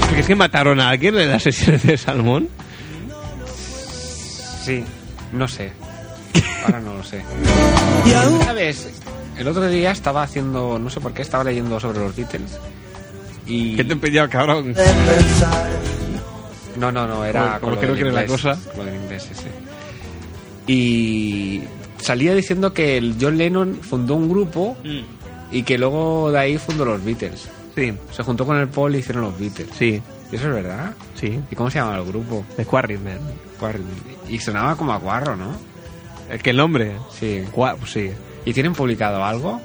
A: Porque es que mataron a alguien en las sesiones de salmón.
B: Sí. No sé. Ahora no lo sé.
E: <laughs> Y aún
B: ¿Sabes? El otro día estaba haciendo, no sé por qué, estaba leyendo sobre los Beatles. Y...
A: ¿Qué te he pillado, cabrón?
E: de pensar.
B: No, no, no, era
A: Como- como
B: con lo
A: creo
B: del
A: que era la
B: inglés,
A: cosa.
B: con lo del inglés, sí, sí. Y salía diciendo que el John Lennon fundó un grupo y que luego de ahí fundó los Beatles.
A: Sí,
B: Se juntó con el Paul y hicieron los Beatles.
A: sí,
B: ¿Y eso es verdad?
A: sí.
B: ¿Y cómo se llamaba el grupo?
A: The Quarrymen.
B: Guar- Y sonaba como a Guarro, ¿no?
A: Es que el nombre.
B: Sí.
A: Gua- sí.
B: ¿Y tienen publicado algo?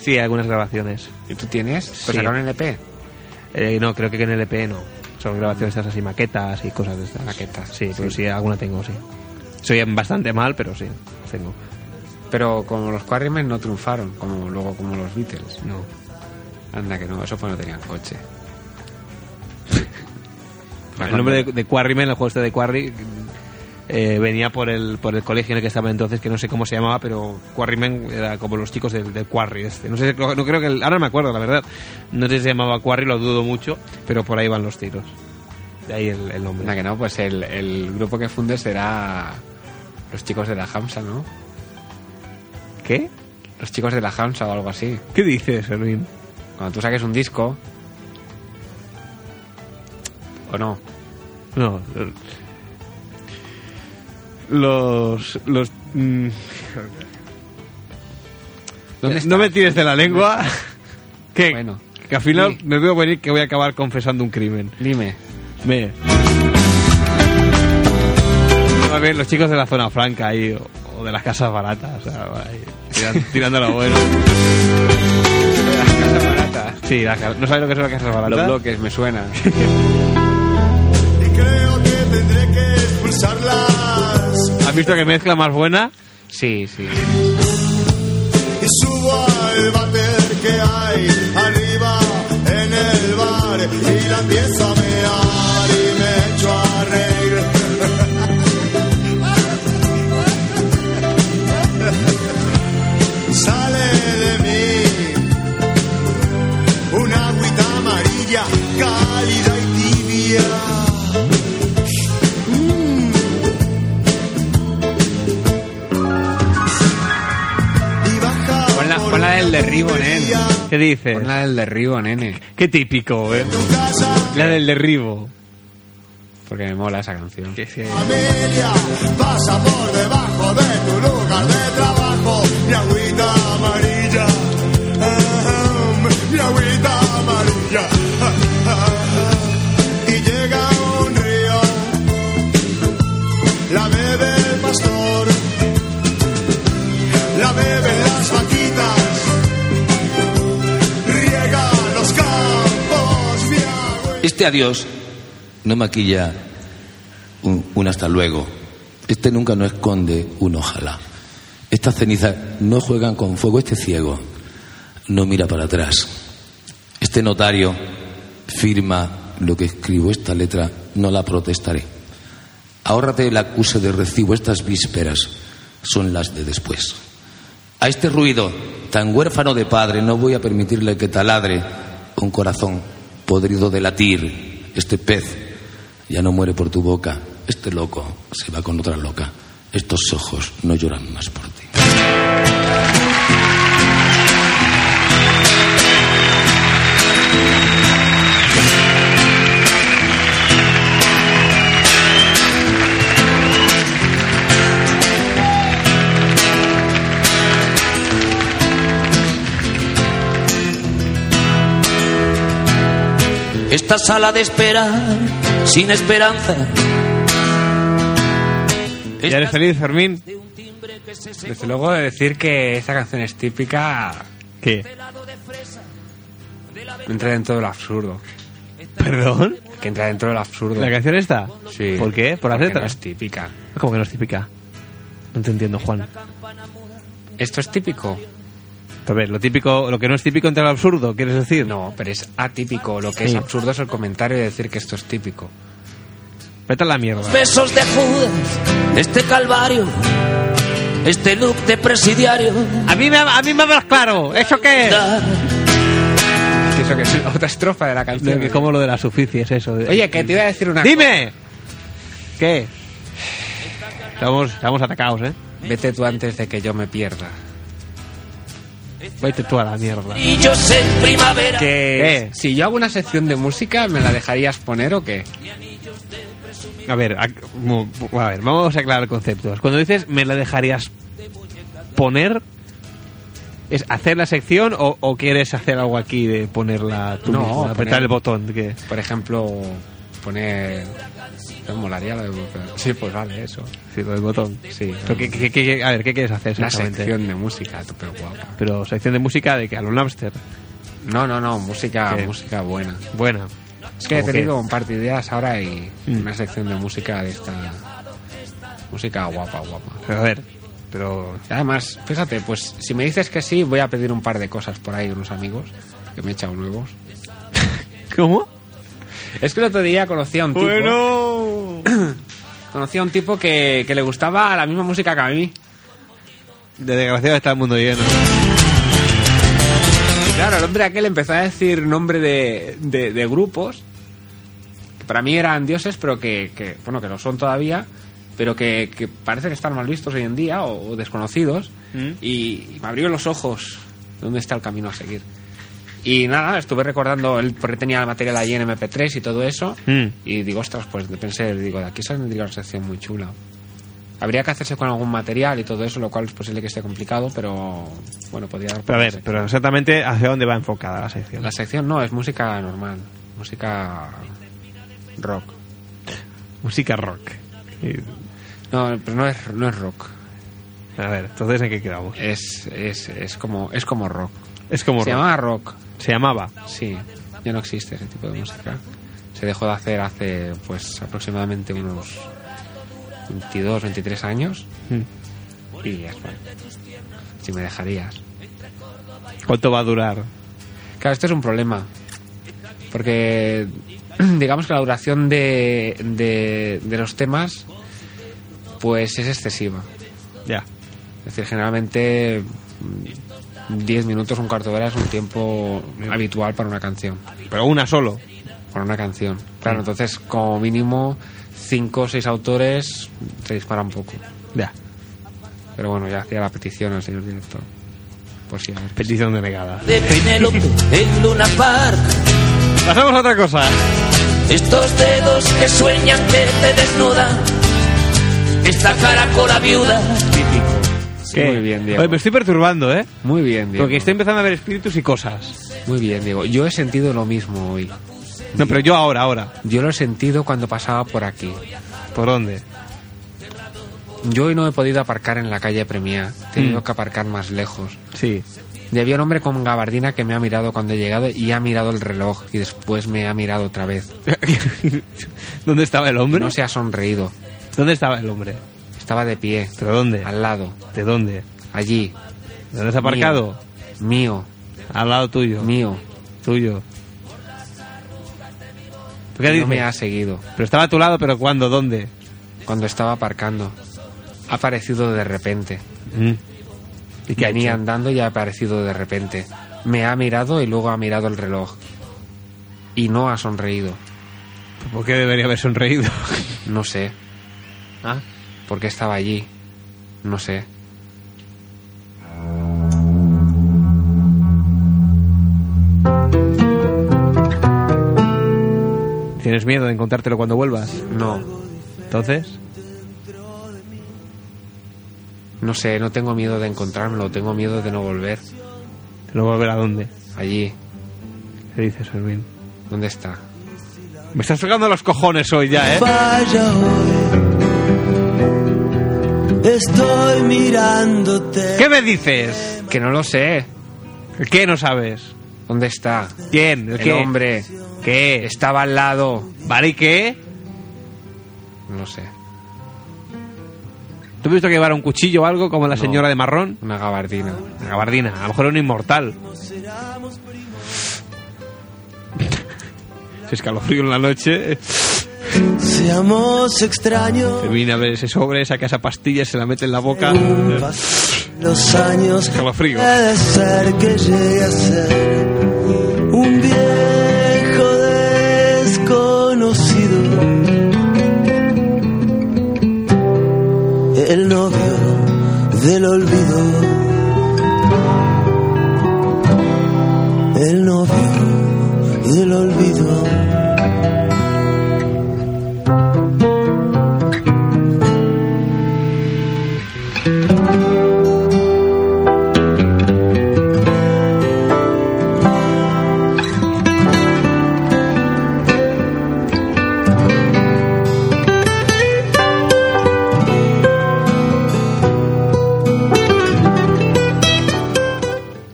A: Sí, hay algunas grabaciones.
B: ¿Y tú tienes?
A: Sí.
B: Pues sacaron LP.
A: Eh, no, creo que en LP no. Son grabaciones de estas así, maquetas y cosas de estas.
B: Maquetas,
A: Sí, pero
B: sí.
A: sí, alguna tengo, sí. Soy bastante mal, pero sí, tengo.
B: Pero como los Quarrymen no triunfaron, como luego como los Beatles.
A: No.
B: Anda que no, eso pues no tenían
A: <laughs>
B: coche.
A: El nombre de, de Quarrymen, el juego este de Quarry, eh, venía por el, por el colegio en el que estaba entonces, que no sé cómo se llamaba, pero Quarrymen era como los chicos del, del Quarry este. No sé, no creo que... el- ahora no me acuerdo, la verdad. No sé si se llamaba Quarry, lo dudo mucho, pero por ahí van los tiros. De ahí el, el nombre.
B: Anda que no, pues el, el grupo que funde será los chicos de la Hamsa, ¿no?
A: ¿Qué?
B: Los chicos de la Hamsa o algo así.
A: ¿Qué dices, Erwin?
B: Cuando tú saques un disco... ¿O no?
A: No. eh, Los... los mm,
B: ¿Dónde
A: no me tires de la lengua. que,
B: Bueno.
A: que al final
B: Sí.
A: me veo venir que voy a acabar confesando un crimen.
B: Dime.
A: Ve. A ver, los chicos de la zona franca ahí, o, o de las casas baratas, o sea, ahí, <laughs> tiran- tirando a lo bueno. Sí, la ca- no sabes lo que son las casas
B: Los
A: baratas.
B: bloques, me suena.
A: <laughs> ¿Has visto que mezcla más buena?
B: Sí, sí.
G: y subo al bater que hay arriba en el bar y la empiezo a mear y me echo a reír. Sale de mí una agüita amarilla, cálida y tibia. Mm.
B: Pon la, pon la del derribo,
A: ¿eh?
B: nene.
A: ¿Qué dices?
B: Pon la del derribo, nene.
A: Qué típico, ¿eh? La del derribo.
B: Porque me mola esa canción.
A: Que sí.
G: familia pasa por debajo de tu lugar de trabajo. Mi agüita amarilla, ah, mi agüita amarilla. ah, ah. Y llega un río, la bebe el pastor, la beben las vaquitas, riega los campos.
H: Este adiós no maquilla un, un hasta luego. Este nunca no esconde un ojalá. Estas cenizas no juegan con fuego. Este ciego no mira para atrás. Este notario firma lo que escribo. Esta letra no la protestaré. Ahórrate el acuse de recibo. Estas vísperas son las de después. A este ruido tan huérfano de padre no voy a permitirle que taladre un corazón podrido de latir. Este pez ya no muere por tu boca. Este loco se va con otra loca. Estos ojos no lloran más por ti.
F: Esta sala de espera sin esperanza.
A: ¿Ya eres feliz, Fermín?
B: Desde luego de decir que esta canción es típica,
A: ¿Qué?
B: entra dentro del absurdo.
A: ¿Perdón?
B: Que entra dentro del absurdo.
A: ¿La canción está?
B: Sí.
A: ¿Por qué? ¿Por las
B: Porque no
A: letras?
B: es típica.
A: ¿Cómo que no es típica? No te entiendo, Juan.
B: ¿Esto es típico?
A: A ver, lo típico, lo que no es típico entre lo absurdo, ¿quieres decir?
B: No, pero es atípico. Lo que es
A: Sí.
B: absurdo es el comentario de decir que esto es típico.
A: Vete a la mierda.
F: Besos de Judas, este calvario, este look de presidiario.
A: A mí me, a mí me hablas claro. ¿Eso qué es?
F: Da-
B: Sí, Eso que es otra estrofa de la canción.
A: Como lo de las suficias, eso. de-
B: Oye, que te iba a decir una
A: ¡Dime! ¿Qué? Estamos, estamos atacados, ¿eh?
B: cosa. Vete tú antes de que yo me pierda.
A: Vete tú a la mierda.
F: Y yo sé en primavera.
B: Que
A: ¿Qué?
B: Eh, si yo hago una sección de música, ¿me la dejarías poner o qué?
A: A ver, a, mu- a ver, vamos a aclarar conceptos. Cuando dices, ¿me la dejarías poner? ¿Es hacer la sección o, o quieres hacer algo aquí de ponerla tú
B: No,
A: mismo,
B: poner-
A: apretar el botón? Que...
B: Por ejemplo, poner. Me molaría lo de. Sí, pues vale, eso.
A: Sí, lo del botón.
B: Sí.
A: Pero ¿qué- qué- qué- a ver, ¿qué quieres hacer
B: Una
A: exactamente?
B: sección de música, tú, pero guapa.
A: Pero sección de música de que a lo Napster.
B: No, no, no, música,
A: ¿Qué?
B: música buena.
A: Buena.
B: Es que he
A: ¿Cómo
B: tenido un par de ideas ahora y
A: Mm.
B: una sección de música de esta. Música guapa, guapa.
A: Pero a ver, pero...
B: Además, fíjate, pues si me dices que sí, voy a pedir un par de cosas por ahí, unos amigos que me he echado nuevos.
A: ¿Cómo?
B: Es que el otro día conocí a un
A: <coughs>
B: tipo.
A: Bueno...
B: Conocí a un tipo que, que le gustaba la misma música que a mí.
A: De desgraciado está el mundo lleno.
B: Y claro, el hombre aquel empezó a decir nombre de, de- de grupos que para mí eran dioses, pero que, que, bueno, que lo son todavía, pero que, que parece que están mal vistos hoy en día o, o desconocidos.
A: Mm.
B: Y, y me abrió los ojos. ¿Dónde está el camino a seguir? Y nada, estuve recordando, él porque tenía el material allí en MP3 y todo eso.
A: Mm.
B: Y digo, ostras, pues pensé, digo, de aquí saldría una sección muy chula. Habría que hacerse con algún material y todo eso, lo cual es posible que esté complicado, pero bueno, podría dar por
A: Pero a
B: una
A: ver,
B: sección.
A: pero exactamente hacia dónde va enfocada la sección.
B: La sección no, es música normal, música rock.
A: Música rock. Y-
B: No, pero no es, no es rock,
A: A ver, entonces ¿en qué quedamos?
B: es, es, es, como, es como rock.
A: Es como
B: Eh, Se
A: rock.
B: llamaba rock,
A: Se llamaba.
B: sí, ya no existe ese tipo de música. Se dejó de hacer hace pues aproximadamente unos 22, 23 años
A: Mm.
B: y ya está. Si me dejarías.
A: ¿Cuánto va a durar?
B: Claro, esto es un problema. Porque <clears throat> digamos que la duración de, de, de los temas pues es excesiva.
A: Ya.
B: Es decir, generalmente mm, 10 minutos, un cuarto de hora es un tiempo habitual para una canción.
A: Pero una solo.
B: Para una canción. Claro, entonces como mínimo 5 o 6 autores se dispara un poco.
A: Ya.
B: Pero bueno, ya hacía la petición al señor director. Por si a ver.
A: Petición denegada.
F: de Penélope en Luna Park.
A: Pasamos a otra cosa.
F: Estos dedos que sueñan que te desnudan. Esta caracola viuda.
B: Sí, muy bien, Diego.
A: Oye, me estoy perturbando, ¿eh?
B: Muy bien, Diego.
A: Porque estoy empezando a ver espíritus y cosas.
B: Muy bien, Diego. Yo he sentido lo mismo hoy.
A: No, pero yo ahora, ahora.
B: Yo lo he sentido cuando pasaba por aquí.
A: ¿Por dónde?
B: Yo hoy no he podido aparcar en la calle Premia. He tenido
A: Mm.
B: que aparcar más lejos.
A: Sí. <laughs>
B: Y había un hombre con gabardina que me ha mirado cuando he llegado y ha mirado el reloj y después me ha mirado otra vez.
A: ¿Dónde estaba el hombre?
B: No se ha sonreído.
A: ¿Dónde estaba el hombre?
B: Estaba de pie,
A: ¿Pero dónde?
B: al lado,
A: ¿De dónde?
B: allí,
A: ¿De ¿Dónde está aparcado?
B: mío,
A: Al lado tuyo.
B: mío.
A: Tuyo. ¿Tú qué
B: No
A: dices?
B: me ha seguido.
A: Pero estaba a tu lado, pero ¿cuándo? ¿Dónde?
B: Cuando estaba aparcando, ha aparecido de repente.
A: ¿Y qué ha
B: Venía
A: hecho?
B: andando y ha aparecido de repente. Me ha mirado y luego ha mirado el reloj. Y no ha sonreído.
A: ¿Por qué debería haber sonreído? <laughs>
B: No sé.
A: ¿Ah?
B: ¿Por qué estaba allí? No sé.
A: ¿Tienes miedo de encontrártelo cuando vuelvas?
B: No.
A: Entonces,
B: No sé, no tengo miedo de encontrármelo. Tengo miedo de no volver.
A: ¿te lo volver a dónde?
B: Allí.
A: ¿Qué dices, Fermín?
B: ¿Dónde está?
A: Me estás tocando los cojones hoy ya, ¿eh?
E: Vaya hoy. Estoy mirándote.
A: ¿Qué me dices?
B: Que no lo sé.
A: ¿El ¿Qué no sabes?
B: ¿Dónde está?
A: ¿Quién?
B: El
A: qué?
B: hombre.
A: ¿Qué?
B: Estaba al lado.
A: ¿Vale y qué?
B: No sé.
A: ¿Tú has visto que llevar un cuchillo o algo como la
B: No.
A: señora de marrón?
B: Una gabardina.
A: La gabardina, a lo mejor era un inmortal. <laughs> Se escalofrío en la noche.
E: Seamos extraños.
A: Termina a ver ese sobre, saca esa pastilla, se la mete en la boca.
E: Los años
A: Escalofrío.
E: puede ser que llegue a ser un viejo desconocido. El novio del olvido. El novio del olvido.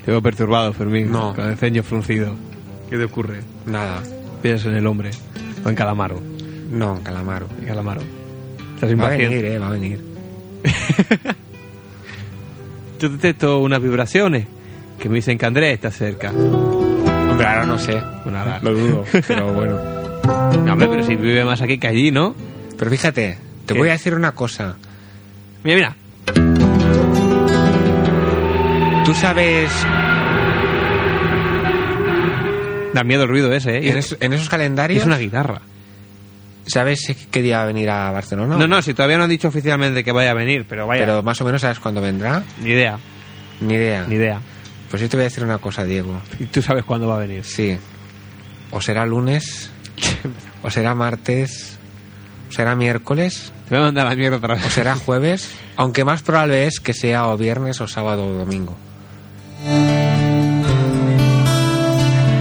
A: Te veo perturbado, Fermín.
B: No.
A: Con el ceño fruncido. ¿Qué te ocurre?
B: Nada.
A: Piensas en el hombre. O en Calamaro.
B: No, calamaro.
A: En Calamaro. Estás
B: Va a
A: impaciente.
B: venir, eh, va a venir.
A: Yo detecto unas vibraciones que me dicen que Andrés está cerca.
B: Hombre, ahora no sé.
A: Bueno, ahora-
B: Lo dudo, <laughs> pero bueno.
A: No, hombre, pero si vive más aquí que allí, ¿no?
B: Pero fíjate, te
A: ¿Qué?
B: voy a decir una cosa.
A: Mira, mira.
B: Tú sabes,
A: Da miedo el ruido ese, ¿eh?
B: en, es- en esos calendarios,
A: es una guitarra.
B: ¿sabes qué día va a venir a Barcelona?
A: No, no, si todavía no han dicho oficialmente que vaya a venir, pero vaya.
B: Pero más o menos sabes cuándo vendrá.
A: Ni idea,
B: Ni idea.
A: ni idea.
B: Pues yo te voy a decir una cosa, Diego.
A: Y tú sabes cuándo va a venir.
B: Sí. O será
A: <laughs>
B: lunes, o será martes, o será miércoles,
A: Te voy a mandar a la mierda otra <laughs>
B: o
A: vez.
B: será jueves. Aunque más probable es que sea o viernes o sábado o domingo.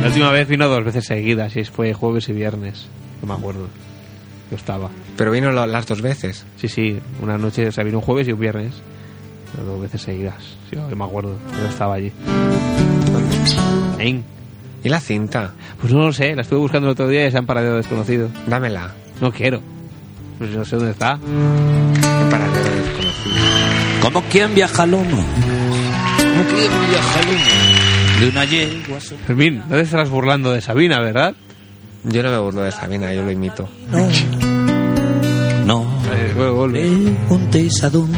A: La última vez vino dos veces seguidas, y fue jueves y viernes. No me acuerdo. Yo estaba.
B: Pero vino lo- las dos veces.
A: Sí, sí, una noche, o sea, vino un jueves y un viernes. Pero Dos veces seguidas. Sí, yo me acuerdo. Yo estaba allí. Ey,
B: ¿Y la cinta?
A: Pues no lo sé, la estuve buscando el otro día y se han parado desconocido.
B: Dámela.
A: No quiero. Pues no sé dónde está.
B: En paradero desconocido.
F: Como quien viaja al hombro. Como quien viaja al hombro. De una yegua. so-
A: Fermín, no te estarás burlando de Sabina, ¿verdad?
B: Yo no me burlo de Sabina, yo lo imito.
F: No.
A: Eh, luego vuelve.
F: Preguntes a dónde.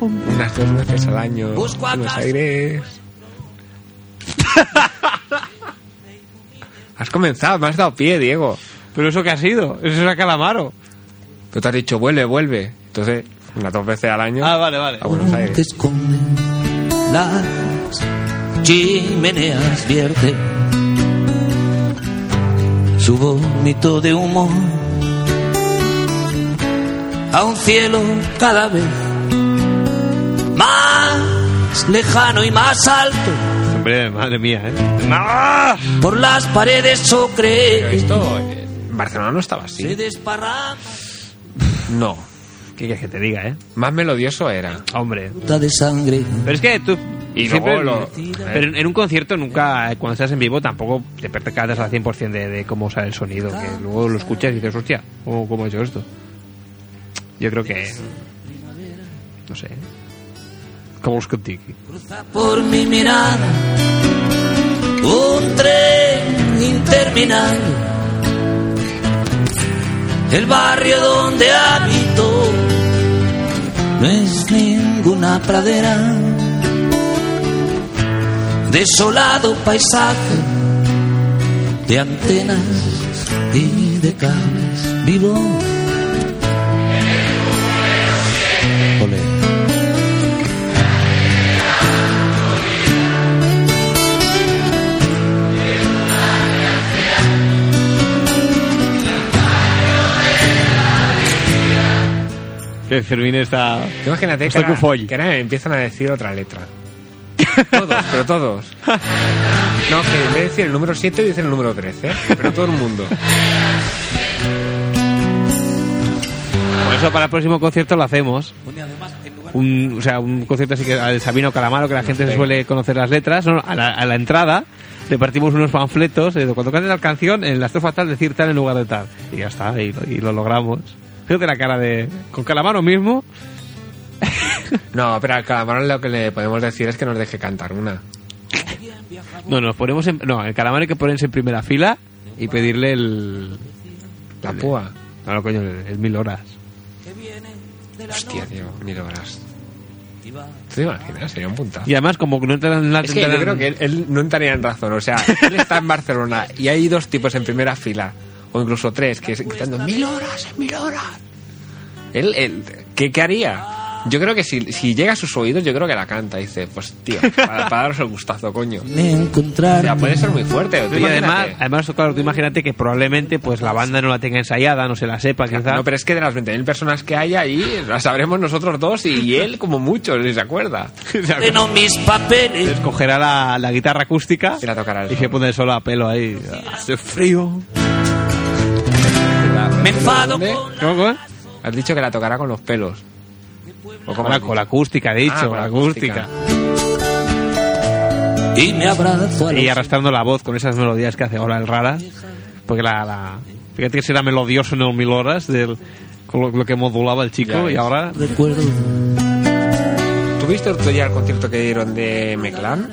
B: Unas dos veces al año.
F: Busco a
B: Buenos
F: casa.
B: Aires. has comenzado, me has dado pie, Diego.
A: ¿Pero eso qué ha sido? Eso era Calamaro.
B: Pero te has dicho, vuelve, vuelve. Entonces, unas dos veces al año
A: Ah, vale, vale.
B: a Buenos
F: Te
B: Aires.
F: esconden las chimeneas vierte su vómito de humo a un cielo cada vez más lejano y más alto
A: Hombre, madre mía, ¿eh? ¡Ah!
F: por las paredes o
B: Pero
F: crees
B: esto, eh, Barcelona no estaba
F: se
B: así.
F: desparrama
B: No.
A: ¿Qué quieres que te diga, eh?
B: Más melodioso era.
A: Hombre.
F: de sangre
A: Pero es que tú
B: Y
A: Siempre-
B: luego lo-
A: Pero en- en un concierto nunca, eh, cuando estás en vivo, tampoco te percatas al 100% de, de cómo sale el sonido. Que luego lo escuchas y dices, hostia, ¿cómo, cómo he hecho esto? Yo creo que... No sé. ¿eh? Como os contigo.
F: por mi mirada un tren interminable. El barrio donde habito no es ninguna pradera. Desolado paisaje de antenas y de cables. Vivo.
H: Ole.
A: Que Fermín está...
B: Tú Imagínate que
A: Hostia,
B: ahora,
A: que foll.
B: que ahora empiezan a decir otra letra. Todos, pero todos. No, que en vez de decir el número 7 dicen el número 13, pero todo el mundo.
A: Por eso para el próximo concierto lo hacemos. Un, o sea, un concierto así que al Sabino Calamaro, que la gente se suele conocer las letras, ¿no? a, la, a la entrada le partimos unos panfletos. eh, cuando cante la canción, en la estrofa tal, decir tal en lugar de tal. Y ya está, y, lo- y lo logramos. Fíjate la cara de. Con Calamaro mismo.
B: No, pero al calamarón lo que le podemos decir es que nos deje cantar una.
A: No, nos ponemos en. No, el Calamaro hay que ponerse en primera fila y pedirle el.
B: La púa.
A: No, no, coño, el, el mil horas.
B: Hostia, tío, mil horas. ¿Tú te imaginas? Sería un puntal.
A: Y además, como que no entran en la.
B: Es que yo
A: entran-
B: creo que él, él no entraría en razón. O sea, él está en Barcelona y hay dos tipos en primera fila, o incluso tres, que están gritando mil horas, mil horas. Él, él, ¿qué, qué haría? Yo creo que si, si llega a sus oídos, yo creo que la canta. Dice, pues tío, para, para daros el gustazo, coño. O sea, puede ser muy fuerte. tú
A: Y además,
B: imagínate.
A: además, claro, tú imagínate que probablemente pues la banda no la tenga ensayada, no se la sepa, quizás.
B: No, pero es que de las 20.000 personas que hay ahí, las sabremos nosotros dos y, él como mucho, si se <laughs> acuerda.
F: Ordeno mis papeles.
A: Escogerá la, la guitarra acústica
B: Y la tocará él
A: y se
B: solo.
A: pone solo a pelo ahí. Hace frío.
F: Me enfado
B: ¿Dónde?
F: con
A: ¿Cómo, cómo?
B: Has dicho que la tocará con los pelos. ¿O cómo
A: Con la,
B: has dicho?
A: con la acústica, he dicho,
B: Ah,
A: con la acústica.
F: y me abrazo a los
A: Y arrastrando la voz con esas melodías que hace ahora el rara. Porque la. la- fíjate que será melodioso en el mil horas del, con lo, lo que modulaba el
B: Ya
A: chico
B: ves.
A: y ahora.
F: recuerdos.
B: ¿Tuviste otro día el concierto que dieron de Meclán?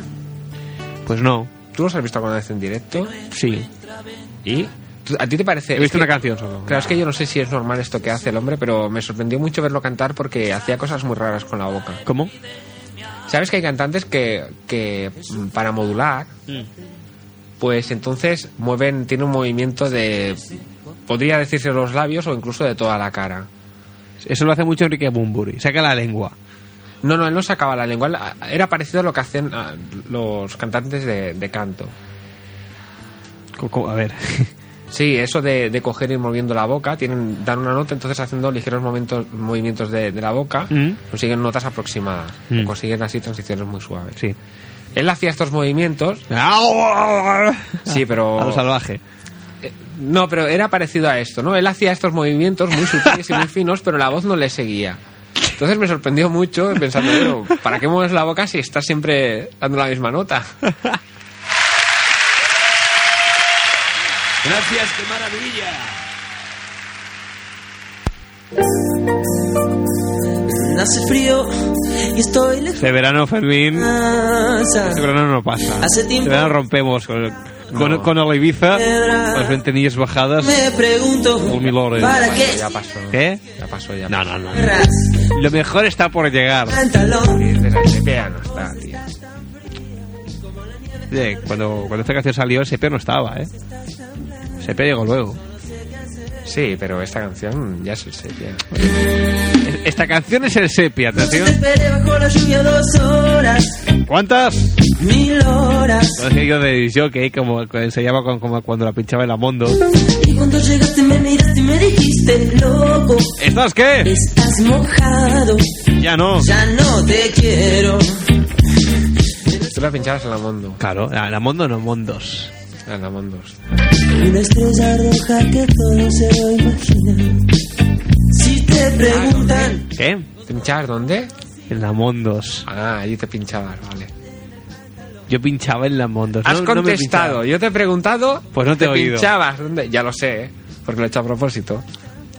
A: Pues no,
B: ¿Tú los has visto alguna vez en directo?
A: sí.
B: ¿Y? ¿Tú- ¿A ti te parece?
A: He visto
B: es que-
A: una canción solo.
B: Claro, es que yo no sé si es normal esto que hace el hombre, pero me sorprendió mucho verlo cantar porque hacía cosas muy raras con la boca.
A: ¿Cómo?
B: ¿Sabes que hay cantantes que, que mm, para modular,
A: Mm.
B: pues entonces mueven, tiene un movimiento de, podría decirse los labios o incluso de toda la cara?
A: Eso lo hace mucho Enrique Bumburi. Saca la lengua.
B: No, no, él no sacaba la lengua. él, ah, Era parecido a lo que hacen ah, los cantantes de, de canto.
A: Co- co- A ver. <laughs>
B: Sí, eso de, de coger y ir moviendo la boca, tienen dan una nota, entonces haciendo ligeros momentos, movimientos de, de la boca,
A: Mm.
B: consiguen notas aproximadas,
A: Mm.
B: o consiguen así transiciones muy suaves.
A: Sí.
B: Él hacía estos movimientos, sí, pero
A: Ah, A lo salvaje.
B: eh, no, pero era parecido a esto, ¿no? Él hacía estos movimientos muy sutiles
A: <laughs>
B: y muy finos, pero la voz no le seguía. Entonces me sorprendió mucho pensando, bueno, ¿para qué mueves la boca si estás siempre dando la misma nota?
F: Gracias, qué maravilla.
I: Hace frío y estoy lejos.
A: Este verano, Fermín, este verano no pasa.
I: Hace tiempo-
A: Este verano rompemos con, con,
B: No.
A: con la Ibiza, las ventanillas bajadas.
I: Me pregunto
A: Por mil horas.
I: para qué
B: Ya pasó.
A: ¿Eh?
B: Ya pasó, ya
A: No, no,
B: pasó.
A: no.
I: ras
A: Lo mejor está por llegar.
I: pantalón.
B: Desde la sepia no está, tío.
A: Eh, cuando, cuando esta canción salió, Sepia no estaba, ¿eh? Sepia llegó luego.
B: Sí, pero esta canción ya es el sepia.
A: Es- Esta canción es el Sepia,
I: Te
A: atención.
I: esperé bajo la lluvia dos horas,
A: ¿Cuántas?
I: mil horas.
A: Lo he seguido de jockey, como como ensayaba con- como cuando la pinchaba el Amondo.
I: Y cuando llegaste me miraste y me dijiste, loco,
A: ¿Estás qué?
I: estás mojado,
A: Ya no.
I: ya no te quiero.
B: Tú la pinchabas en la Mondo.
A: Claro, el Amondo no, Mondos.
B: En la Mondos.
I: Una estrella roja que todo se lo imagina. Si te preguntan,
A: ¿Qué?
B: ¿Te pinchabas dónde?
A: El Amondos.
B: Ah, allí te pinchabas, vale.
A: Yo pinchaba en las mondas.
B: Has
A: Pues no- no me
B: contestado.
A: pinchaba.
B: Yo te he preguntado.
A: Pues no te he oído.
B: pinchabas. ¿Dónde? Ya lo sé, ¿eh? porque lo he hecho a propósito.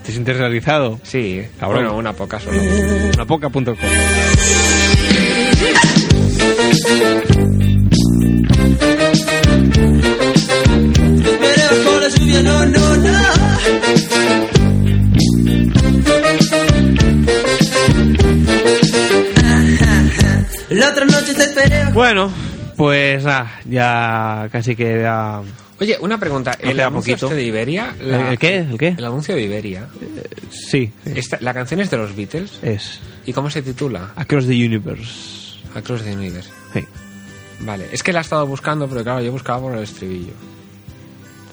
A: ¿Te sientes realizado?
B: Sí,
A: Cabrón.
B: bueno, una poca solo.
A: Una poca.com.
I: Pero con la lluvia no, no, no. La otra noche te esperé
A: Bueno, pues nada, ya casi que ya-
B: Oye, una pregunta. ¿El
A: queda
B: anuncio
A: poquito.
B: este de Iberia?
A: ¿El qué? ¿El qué?
B: El anuncio de Iberia.
A: Sí,
B: Esta- la canción es de los Beatles.
A: es
B: ¿Y cómo se titula?
A: Across the Universe.
B: Across the Universe.
A: Sí.
B: Vale, es que la he estado buscando, pero claro, yo buscaba por el estribillo.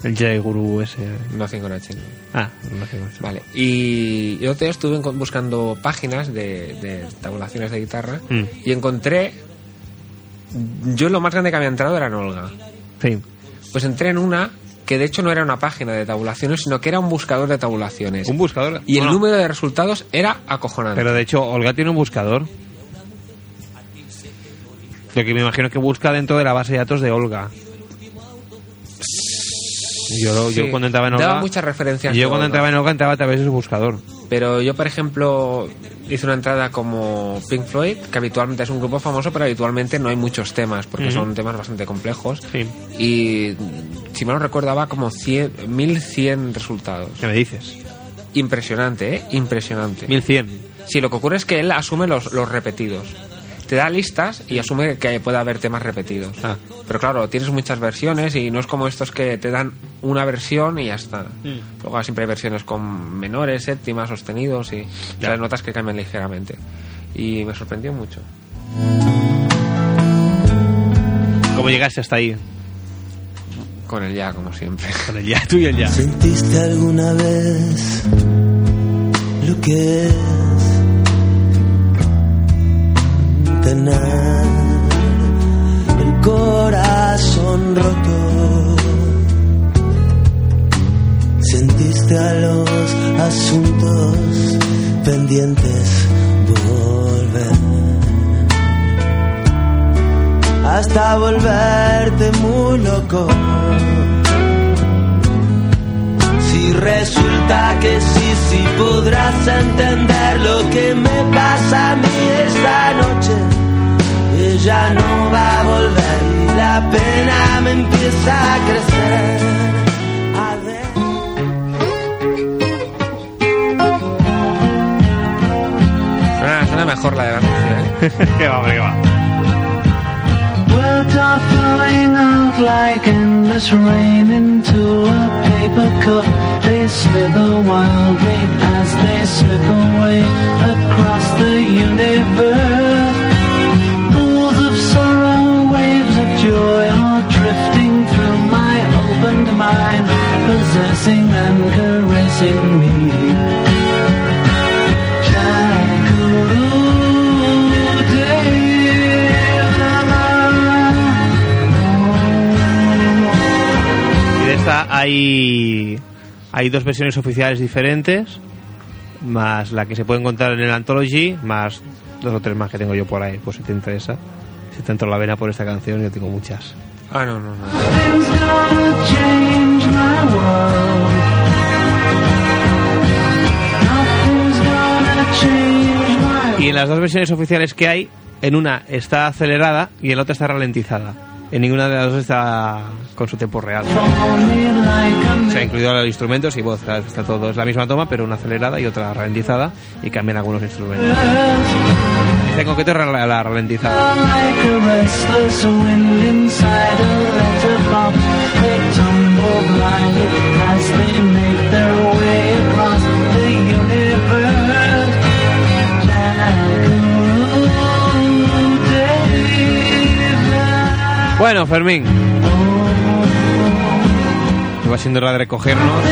A: El Jedi Guru ese.
B: Nothing gonna change.
A: Ah, no sé cómo se llama.
B: Vale, y yo te estuve encon- buscando páginas de, de tabulaciones de guitarra
A: Mm.
B: y encontré. Yo lo más grande que había entrado era en Olga.
A: Sí.
B: Pues entré en una que de hecho no era una página de tabulaciones, sino que era un buscador de tabulaciones.
A: Un Ah. buscador.
B: y el
A: Bueno,
B: número de resultados era acojonante.
A: Pero de hecho, Olga tiene un buscador. Lo que me imagino que busca dentro de la base de datos de Olga. Yo, lo- yo
B: Sí,
A: cuando entraba en Olga.
B: Daba muchas referencias. de
A: Yo cuando
B: Olga.
A: entraba en Olga entraba a través de su buscador.
B: Pero yo, por ejemplo, hice una entrada como Pink Floyd, que habitualmente es un grupo famoso, pero habitualmente no hay muchos temas, porque
A: Ujú.
B: son temas bastante complejos.
A: Sí.
B: Y si mal no recordaba, como 100, 1100 resultados.
A: ¿Qué me dices?
B: Impresionante, ¿eh? Impresionante.
A: 1100.
B: Sí, lo que ocurre es que él asume los, los repetidos. Te da listas y asume que puede haber temas repetidos.
A: Ah.
B: Pero claro, tienes muchas versiones y no es como estos que te dan una versión y ya está.
A: Mm.
B: Luego siempre hay versiones con menores, séptimas, sostenidos y las notas que cambian ligeramente. Y me sorprendió mucho.
A: ¿Cómo llegaste hasta ahí?
B: Con el ya,
A: <laughs>
B: como siempre.
A: Con el ya, tú y el ya.
I: ¿Sentiste alguna vez lo que es tener el corazón roto? ¿Sentiste a los asuntos pendientes volver? Hasta volverte muy loco. Si resulta que sí, sí podrás entender lo que me pasa a mí esta noche. Ella no va a volver y la pena me empieza a crecer. A ver.
B: Suena, suena mejor la de la noche, ¿eh?
A: qué va, hombre, qué va.
I: Words are falling out like endless rain into a paper cup. They slither wildly as they slip away across the universe. Pools of sorrow, waves of joy are drifting through my opened mind, possessing and caressing me. Jacaranda.
A: Y de esta hay, hay dos versiones oficiales diferentes, más la que se puede encontrar en el Anthology, más dos o tres más que tengo yo por ahí, pues si te interesa. Si te entró la vena por esta canción, yo tengo muchas.
B: Ah, no, no, no.
I: Nothing's gonna change my world. Nothing's gonna change my
A: Y en las dos versiones oficiales que hay, en una está acelerada y en la otra está ralentizada. En ninguna de las dos está con su tiempo real.
I: world like a
A: Se ha incluido los instrumentos y voz, claro, está todo, es la misma toma, pero una acelerada y otra ralentizada y cambian algunos instrumentos.
I: mirror,
A: Esta en concreto es la, la ralentizada.
I: like a restless wind inside a letterbox. They tumble blindly as they make their way across the universe. Like a
A: Bueno, Fermín. Va siendo hora de recogernos.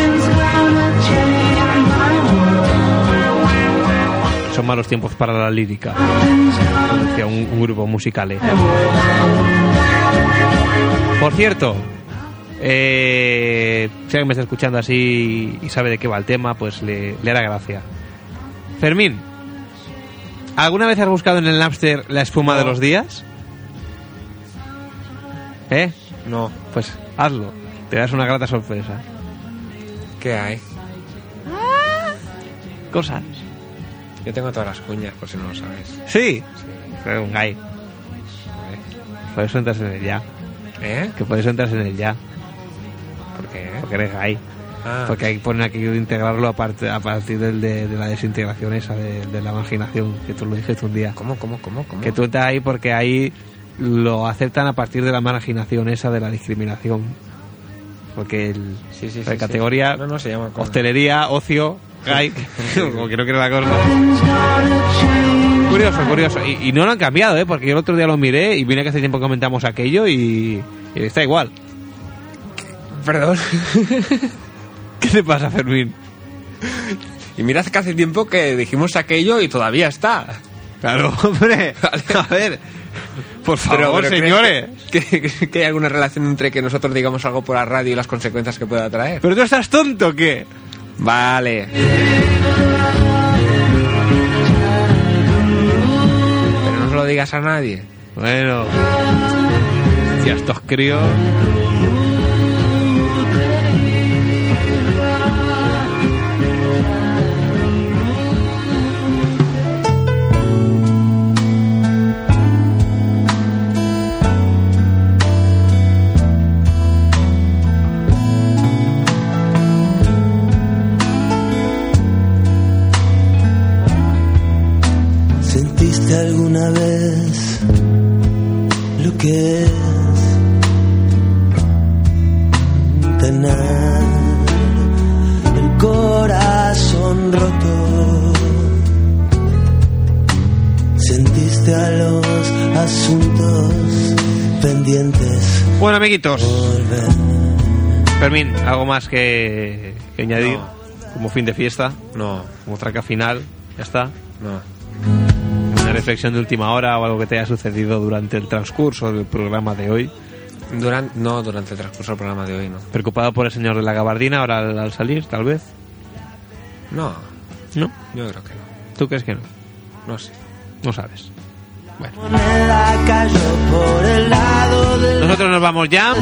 A: Son malos tiempos para la lírica. como Decía un, un grupo musical. eh. Por cierto, eh, si alguien me está escuchando así y sabe de qué va el tema, pues le, le hará gracia. Fermín, ¿alguna vez has buscado en el Napster la espuma de los días? ¿Eh?
B: No.
A: Pues hazlo. Te das una grata sorpresa.
B: ¿Qué hay?
A: Cosas.
B: Yo tengo todas las cuñas, por si no lo sabes.
A: Sí.
B: Sí.
A: Pero un gay. Por eso entras en el ya.
B: ¿Eh?
A: Que por eso entras en el ya.
B: ¿Por qué?
A: Porque eres gay.
B: Ah,
A: Porque ahí ponen aquí integrarlo a, parte- a partir del de, de la desintegración esa, de, de la marginación, que tú lo dijiste un día.
B: ¿Cómo, cómo, cómo, cómo?
A: Que tú estás ahí porque ahí lo aceptan a partir de la marginación esa, de la discriminación. Porque el,
B: Sí, sí,
A: la
B: sí,
A: categoría
B: sí. No, no, se llama como-
A: hostelería, ocio, gay, <laughs> como que no quiere la cosa. Curioso, curioso. Y, y no lo han cambiado, ¿eh? Porque yo el otro día lo miré y mira que hace tiempo que comentamos aquello y, y está igual.
B: Perdón.
A: <laughs> ¿Qué te pasa, Fermín?
B: y mirad que hace tiempo que dijimos aquello y todavía está. <laughs>
A: <laughs> Claro, hombre. A ver. Por favor,
B: ¿crees
A: señores.
B: Que, que- que hay alguna relación entre que nosotros digamos algo por la radio y las consecuencias que pueda traer.
A: ¿Pero tú estás tonto o qué?
B: Vale. Pero no se lo digas a nadie.
A: Bueno. Hostia, estos críos.
E: ¿Sentiste alguna vez lo que es tener el corazón roto? ¿Sentiste a los asuntos pendientes
A: Bueno, amiguitos.
E: volver?
A: Fermín, algo más que, que añadir. Como fin de fiesta,
B: No,
A: como traca final. Ya está.
B: no.
A: Una reflexión de última hora o algo que te haya sucedido durante el transcurso del programa de hoy.
B: Durante, no durante el transcurso del programa de hoy, no.
A: Preocupado por el señor de la gabardina ahora al, al salir, tal vez.
B: No,
A: ¿No?
B: yo creo que no.
A: ¿Tú crees que no?
B: No sé.
A: No sabes.
E: Moneda cayó por el lado del
A: Nosotros nos vamos ya.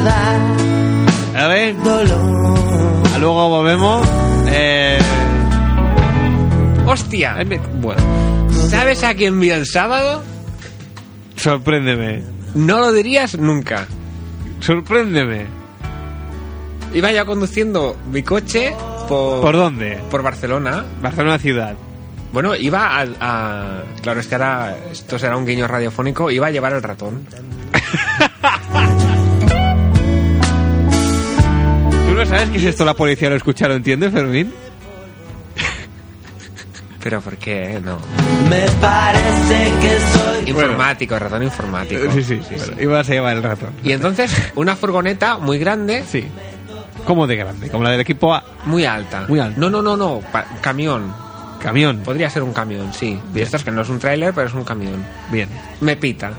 A: A ver.
E: dolor.
A: A Luego volvemos. Eh,
B: ¡Hostia!
A: ay, me- bueno,
B: ¿Sabes a quién vi el sábado?
A: sorpréndeme.
B: No lo dirías nunca.
A: Sorpréndeme.
B: Iba yo conduciendo mi coche por,
A: ¿Por dónde?
B: por Barcelona.
A: Barcelona ciudad.
B: Bueno, iba a, a- Claro, es que ahora esto será un guiño radiofónico. Iba a llevar el ratón.
A: ¿Tú no sabes que si esto la policía lo escucha, lo entiende, Fermín?
B: Pero ¿por qué? No.
E: Me parece que soy
B: Informático, ratón informático.
A: Eh, Sí, sí, sí. bueno, Ibas a llevar el ratón.
B: Y entonces, una furgoneta muy grande,
A: Sí. ¿Cómo de grande? Como la del equipo A.
B: muy alta.
A: Muy alta.
B: No, no, no, no. pa- camión.
A: Camión.
B: Podría ser un camión, sí. De
A: Bien.
B: estos que no es un tráiler, pero es un camión.
A: Bien.
B: Me pita.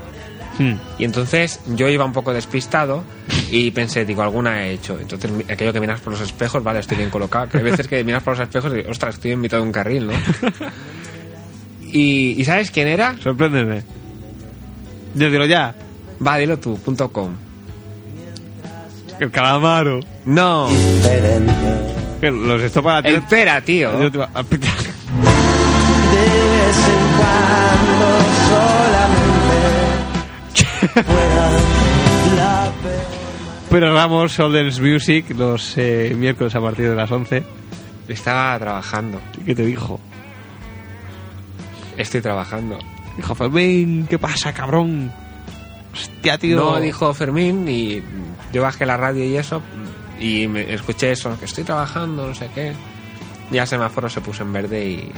A: Hmm.
B: Y entonces yo iba un poco despistado y pensé, digo, alguna he hecho. Entonces mi- aquello que miras por los espejos, vale, estoy bien colocado. Que hay veces que miras por los espejos y, ostras, estoy en mitad de un carril, ¿no? Y, ¿y ¿sabes quién era?
A: Sorpréndeme. Desde ya.
B: Va, dilo tú, punto com.
A: El calamaro.
B: No,
E: diferente.
A: Que Los esto para
B: el pera, tío.
A: Yo te iba-
B: <laughs>
E: De vez en cuando solamente fuera la peor.
A: Pero Ramos, All Dance Music, los eh, miércoles a partir de las 11.
B: Estaba trabajando.
A: ¿Qué te dijo?
B: Estoy trabajando.
A: Dijo Fermín, ¿qué pasa, cabrón? Hostia, tío.
B: No, dijo Fermín y yo bajé la radio y eso y me escuché eso, que estoy trabajando, no sé qué. Ya el semáforo se puso en verde y...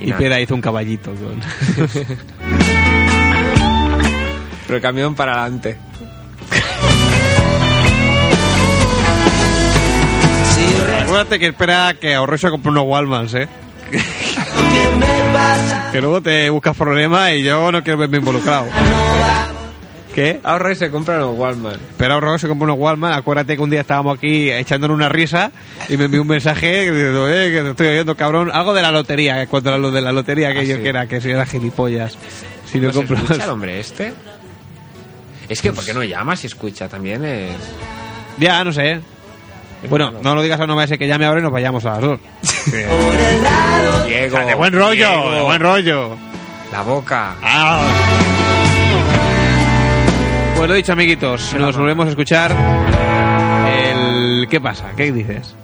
A: Y
B: nada.
A: Pera hizo un caballito. con-
B: Pero el camión para adelante.
A: Acuérdate que espera que ahorres a comprar unos Walmans, ¿eh?
E: ¿Qué me pasa?
A: Que luego te buscas problemas y yo no quiero verme involucrado. ¿Qué?
B: Ahorra y se compra los Walmart.
A: Pero ahorro se compró unos Walmart. Acuérdate que un día estábamos aquí echándonos una risa y me envió un mensaje diciendo, eh, que te estoy oyendo, cabrón. Algo de la lotería, que cuando era lo de la lotería que
B: Ah,
A: yo
B: sí.
A: que era, que si era gilipollas. Si no
B: ¿No se
A: compras.
B: escucha el hombre este? Es que, ¿por qué no llamas y escucha? También es.
A: Ya, no sé. Bueno, no lo digas a un hombre ese que llame ahora y nos vayamos a las dos.
B: Diego.
A: De buen rollo,
B: Diego,
A: de buen rollo.
B: La boca.
A: Ah. Pues lo dicho, amiguitos, nos volvemos a escuchar el... ¿Qué pasa? ¿Qué dices?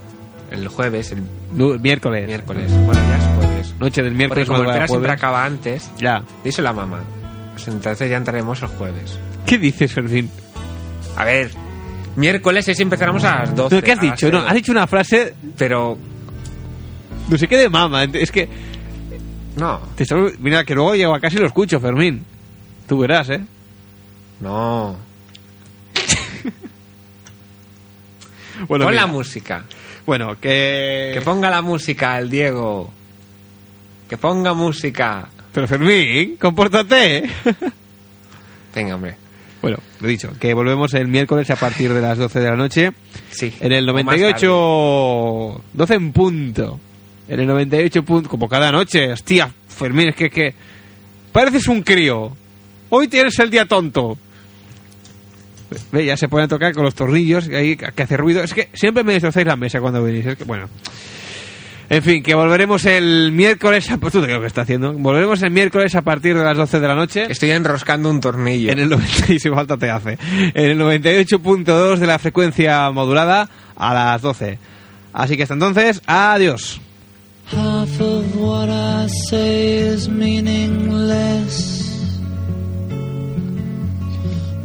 B: El jueves, el
A: Lu- Miércoles.
B: miércoles. Bueno, ya es jueves.
A: Noche del
B: Porque
A: miércoles.
B: como el
A: madrugada
B: verano siempre
A: jueves.
B: acaba antes,
A: Ya.
B: dice la mamá. Pues entonces ya entraremos el jueves.
A: ¿Qué dices, Fermín?
B: A ver, miércoles es empezaremos a las 12.
A: No, ¿Qué has
B: a las
A: dicho? No,
B: cero.
A: has dicho una frase,
B: Pero,
A: no sé qué de mama. Es que,
B: no,
A: te estás- mira, que luego llego a casa y lo escucho, Fermín. Tú verás, ¿eh?
B: no.
A: Bueno,
B: Pon
A: mira.
B: la música.
A: Bueno, que...
B: Que ponga la música el Diego. Que ponga música.
A: Pero Fermín, compórtate, ¿eh? <laughs>
B: Venga, hombre.
A: Bueno, lo dicho, que volvemos el miércoles a partir de las 12 de la noche.
B: Sí.
A: En el
B: o más
A: 98... 12 en punto. En el 98 punto, como cada noche. Hostia, Fermín, es que, que... Pareces un crío. Hoy tienes el día tonto. Ve, ya se pone a tocar con los tornillos que, ahí- que hace ruido. Es que siempre me destrozáis la mesa cuando venís. Es que, bueno. En fin, que volveremos el miércoles... A, pues tú te creo que está haciendo. Volveremos el miércoles a partir de las 12 de la noche.
B: tarde. Estoy enroscando un tornillo.
A: En el 90 y <laughs> si falta te hace. En el 98.2 de la frecuencia modulada a las 12. Así que hasta entonces, adiós.
I: Half of what I say is meaningless.